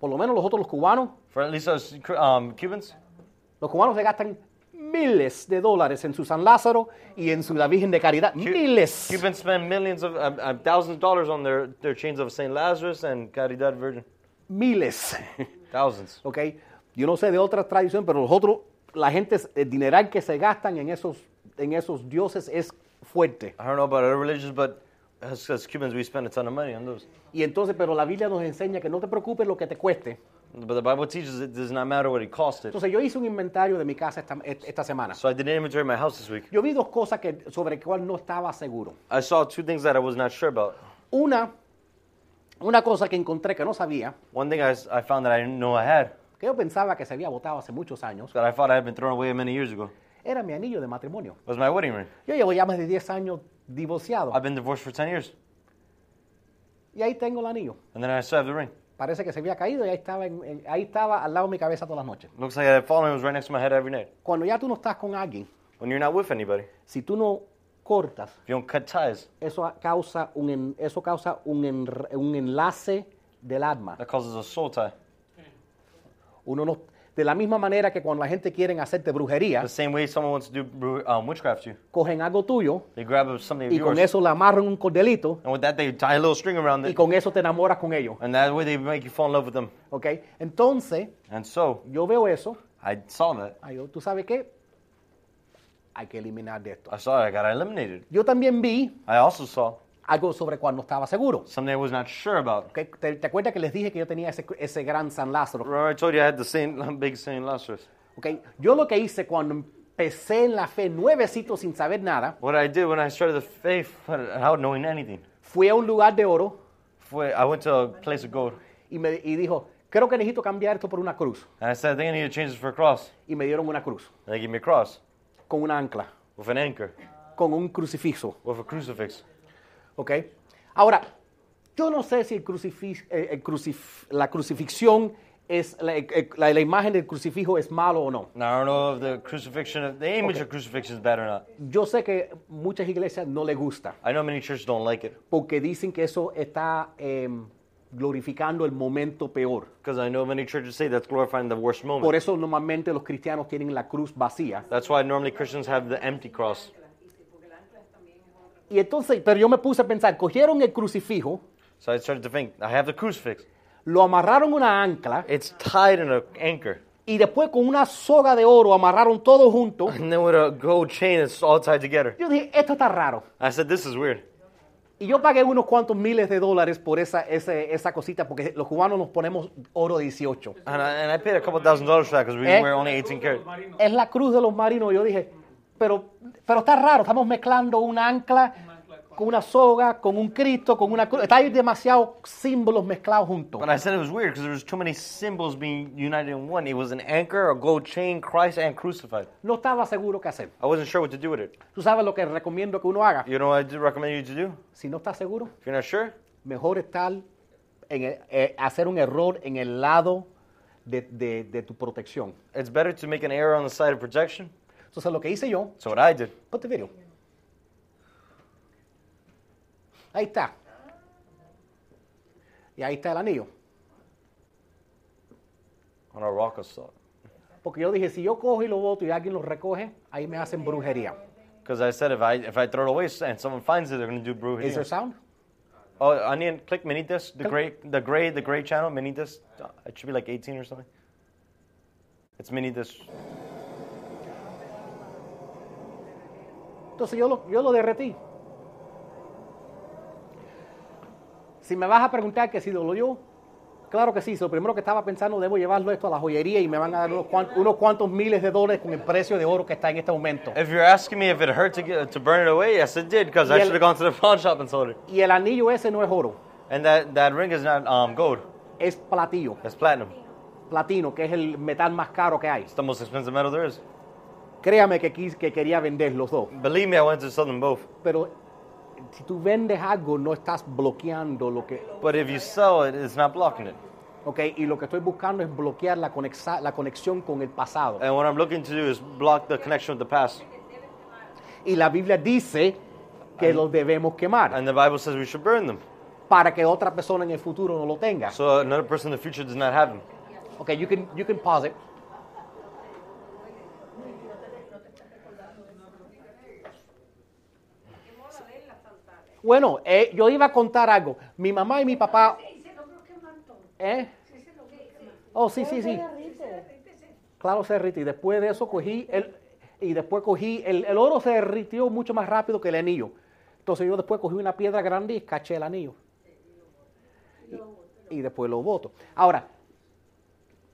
[SPEAKER 1] Por lo menos nosotros los cubanos,
[SPEAKER 2] For at least us um, Cubans,
[SPEAKER 1] los cubanos se gastan mil miles de dólares en su San Lázaro y en su La Virgen de Caridad.
[SPEAKER 2] Cu-
[SPEAKER 1] miles.
[SPEAKER 2] Cubans spend millions of um, um, thousands of dollars on their, their chains of Saint Lazarus and Caridad Virgin.
[SPEAKER 1] Miles.
[SPEAKER 2] Thousands.
[SPEAKER 1] ¿ok? Yo no sé de otra tradición, pero los otros, la gente, el dineral que se gastan en esos, en esos dioses es fuerte.
[SPEAKER 2] I don't know about other religions, but as, as Cubans, we spend a ton of money on those.
[SPEAKER 1] Y entonces, pero la Biblia nos enseña que no te preocupes lo que te cueste.
[SPEAKER 2] But the Bible teaches it does not matter what it cost it.
[SPEAKER 1] Entonces, yo hice un inventario de mi casa esta, et- esta semana.
[SPEAKER 2] So I did an inventory of my house this week.
[SPEAKER 1] Yo vi dos cosas que, sobre las cuales no estaba seguro.
[SPEAKER 2] I saw two things that I was not sure about.
[SPEAKER 1] Una, una cosa que encontré que no sabía,
[SPEAKER 2] One thing I, s- I found that I didn't know I had,
[SPEAKER 1] que yo pensaba que se había votado hace muchos años,
[SPEAKER 2] that I thought I had been thrown away many years ago,
[SPEAKER 1] era mi anillo de matrimonio.
[SPEAKER 2] was my wedding ring.
[SPEAKER 1] Yo llevo ya más de 10 años divorciado
[SPEAKER 2] I've been divorced for 10 years,
[SPEAKER 1] y ahí tengo el anillo.
[SPEAKER 2] and then I still have the ring.
[SPEAKER 1] Parece que se había caído y ahí estaba, en- en- ahí estaba al lado de mi cabeza todas las noches.
[SPEAKER 2] Looks like I had fallen, it was right next to my head every night.
[SPEAKER 1] Cuando ya tú no estás con alguien,
[SPEAKER 2] When you're not with anybody, if
[SPEAKER 1] si tú no cortas,
[SPEAKER 2] you don't cut ties,
[SPEAKER 1] eso a- causa un, en- eso causa un, en- un enlace del alma.
[SPEAKER 2] that causes a soul tie.
[SPEAKER 1] Uno no, de la misma manera que cuando la gente quiere hacerte brujería,
[SPEAKER 2] The same way someone wants to do bru- um, witchcraft to you.
[SPEAKER 1] cogen algo tuyo
[SPEAKER 2] They grab up something of
[SPEAKER 1] y con
[SPEAKER 2] yours,
[SPEAKER 1] eso la amarran un cordelito
[SPEAKER 2] and with that they tie a little string around
[SPEAKER 1] y
[SPEAKER 2] it,
[SPEAKER 1] con eso te enamoras con ellos.
[SPEAKER 2] and that way they make you fall in love with them.
[SPEAKER 1] ¿ok? Entonces,
[SPEAKER 2] And so,
[SPEAKER 1] yo veo eso,
[SPEAKER 2] I saw that.
[SPEAKER 1] ay, yo, tú sabes qué, hay que eliminar de esto.
[SPEAKER 2] I saw it, I got eliminated.
[SPEAKER 1] Yo también vi
[SPEAKER 2] I also saw
[SPEAKER 1] algo sobre cuando estaba seguro.
[SPEAKER 2] something I was not sure about.
[SPEAKER 1] ¿ok? ¿Te, te acuerdas que les dije que yo tenía ese, ese gran San Lázaro?
[SPEAKER 2] Remember I told you I had the Saint, big Saint Lazarus.
[SPEAKER 1] ¿ok? Yo lo que hice cuando empecé en la fe nuevecito sin saber nada,
[SPEAKER 2] What I did when I started the faith without knowing anything,
[SPEAKER 1] fui a un lugar de oro
[SPEAKER 2] fue- I went to a place of gold
[SPEAKER 1] y me y dijo, creo que necesito cambiar esto por una cruz.
[SPEAKER 2] and I said, I think I need to change this for a cross.
[SPEAKER 1] Y me dieron una cruz
[SPEAKER 2] And they gave me a cross
[SPEAKER 1] con una ancla,
[SPEAKER 2] with an anchor,
[SPEAKER 1] con un crucifijo.
[SPEAKER 2] with a crucifix.
[SPEAKER 1] ¿ok? Ahora, yo no sé si el crucifix- eh, el crucif- la crucifixión es, la, eh, la- la imagen del crucifijo es malo o no.
[SPEAKER 2] Now I don't know if the crucifixion, the image of crucifixion is bad or not.
[SPEAKER 1] Yo sé que muchas iglesias no les gusta
[SPEAKER 2] I know many churches don't like it
[SPEAKER 1] porque dicen que eso está eh, glorificando el momento peor.
[SPEAKER 2] because I know many churches say that's glorifying the worst moment.
[SPEAKER 1] Por eso normalmente los cristianos tienen la cruz vacía.
[SPEAKER 2] That's why normally Christians have the empty cross.
[SPEAKER 1] Y entonces, pero yo me puse a pensar, cogieron el crucifijo,
[SPEAKER 2] So I started to think, I have the crucifix.
[SPEAKER 1] lo amarraron a una ancla
[SPEAKER 2] It's tied in an anchor.
[SPEAKER 1] y después con una soga de oro amarraron todo junto.
[SPEAKER 2] And then with a gold chain, it's all tied together.
[SPEAKER 1] Yo dije, esto está raro.
[SPEAKER 2] I said, this is weird.
[SPEAKER 1] Y yo pagué unos cuantos miles de dólares por esa, ese- esa cosita, porque los cubanos nos ponemos oro 18.
[SPEAKER 2] And I, and I paid a couple thousand dollars for that because we
[SPEAKER 1] Eh?
[SPEAKER 2] were only 18 karat.
[SPEAKER 1] Es la cruz de los marinos. Yo dije, pero, pero está raro, estamos mezclando un ancla con una soga, con un Cristo, con una cruz. Está ahí demasiados símbolos mezclados juntos.
[SPEAKER 2] But I said it was weird because there was too many symbols being united in one. It was an anchor, a gold chain, Christ, and crucified.
[SPEAKER 1] No estaba seguro qué hacer.
[SPEAKER 2] I wasn't sure what to do with it.
[SPEAKER 1] Tú sabes lo que recomiendo que uno haga.
[SPEAKER 2] You know what I do recommend you to do?
[SPEAKER 1] Si no estás seguro,
[SPEAKER 2] If you're not sure,
[SPEAKER 1] mejor estar en el- eh, hacer un error en el lado de, de- de tu protección.
[SPEAKER 2] it's better to make an error on the side of projection.
[SPEAKER 1] Entonces lo que hice yo,
[SPEAKER 2] That's what I did.
[SPEAKER 1] Ponte video. Ahí está. Y ahí está el anillo.
[SPEAKER 2] On a rock assault.
[SPEAKER 1] Porque yo dije, si yo cojo y lo voto y alguien lo recoge, ahí me hacen brujería.
[SPEAKER 2] Because I said if I if I throw it away and someone finds it, they're gonna do brew
[SPEAKER 1] ¿Es
[SPEAKER 2] here.
[SPEAKER 1] there sound?
[SPEAKER 2] Oh, onion, click mini disc. The gray, the gray, the gray channel mini disc. Uh, It should be like 18 or something. It's mini disc.
[SPEAKER 1] Entonces yo lo, yo lo derretí. Si me vas a preguntar que si lo yo, claro que sí. Lo primero que estaba pensando, debo llevarlo esto a la joyería y me van a dar unos cuan- unos cuantos miles de dólares con el precio de oro que está en este momento.
[SPEAKER 2] If you're asking me if it hurt to get, to burn it away, yes, it did. Because I
[SPEAKER 1] Yeah.
[SPEAKER 2] should have gone to the pawn shop and sold it.
[SPEAKER 1] Y el anillo ese no es oro,
[SPEAKER 2] And that that ring is not um, gold.
[SPEAKER 1] es platillo.
[SPEAKER 2] It's platinum.
[SPEAKER 1] platino, que es el metal más caro que hay.
[SPEAKER 2] It's the most expensive metal there is.
[SPEAKER 1] Créame que, quis- que quería vender los dos.
[SPEAKER 2] Believe me, I went to sell them both.
[SPEAKER 1] Pero si tú vendes algo, no estás bloqueando lo que...
[SPEAKER 2] But if you sell it, it's not blocking it.
[SPEAKER 1] Ok, y lo que estoy buscando es bloquear la, conexa- la conexión con el pasado.
[SPEAKER 2] And what I'm looking to do is block the connection with the past.
[SPEAKER 1] Y la Biblia dice que los debemos quemar
[SPEAKER 2] And the Bible says we should burn them,
[SPEAKER 1] para que otra persona en el futuro no lo tenga.
[SPEAKER 2] so another person in the future does not have them.
[SPEAKER 1] Ok, you can, you can pause it. Bueno, eh, yo iba a contar algo. Mi mamá y mi papá.
[SPEAKER 6] Y se logró quemar todo.
[SPEAKER 1] ¿eh?
[SPEAKER 6] Sí, se logró quemar.
[SPEAKER 1] Oh, sí, sí, sí.
[SPEAKER 6] Se derrite,
[SPEAKER 1] Claro, se derritió. Y después de eso cogí el. Y después cogí. El, el oro se derritió mucho más rápido que el anillo. Entonces yo después cogí una piedra grande y caché el anillo. Y, y después lo boto. Ahora,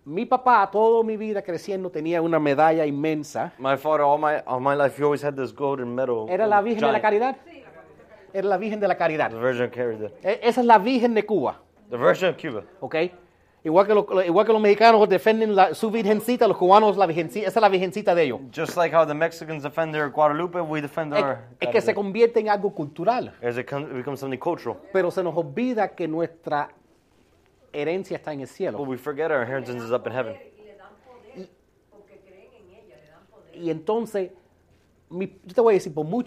[SPEAKER 1] mi papá, toda mi vida creciendo, tenía una medalla inmensa.
[SPEAKER 2] My father, all my all my life, he always had this golden medal.
[SPEAKER 1] ¿Era la
[SPEAKER 2] um,
[SPEAKER 1] Virgen de la
[SPEAKER 2] giant.
[SPEAKER 1] Caridad? Era la Virgen de la Caridad.
[SPEAKER 2] The Virgin of Caridad.
[SPEAKER 1] E- Esa es la Virgen de Cuba,
[SPEAKER 2] The Virgin of Cuba.
[SPEAKER 1] ¿ok? Igual que, los- igual que los mexicanos defienden la- su virgencita, los cubanos la virgencita, esa es la virgencita de ellos.
[SPEAKER 2] Just like how the Mexicans defend their Guadalupe, we defend
[SPEAKER 1] Es,
[SPEAKER 2] our.
[SPEAKER 1] es que se convierte en algo cultural,
[SPEAKER 2] As it, come- it becomes something cultural.
[SPEAKER 1] pero se nos olvida que nuestra herencia está en el
[SPEAKER 2] But
[SPEAKER 1] cielo.
[SPEAKER 2] we forget our inheritance is up in heaven.
[SPEAKER 1] Y entonces, mi- yo te voy a decir, por mucho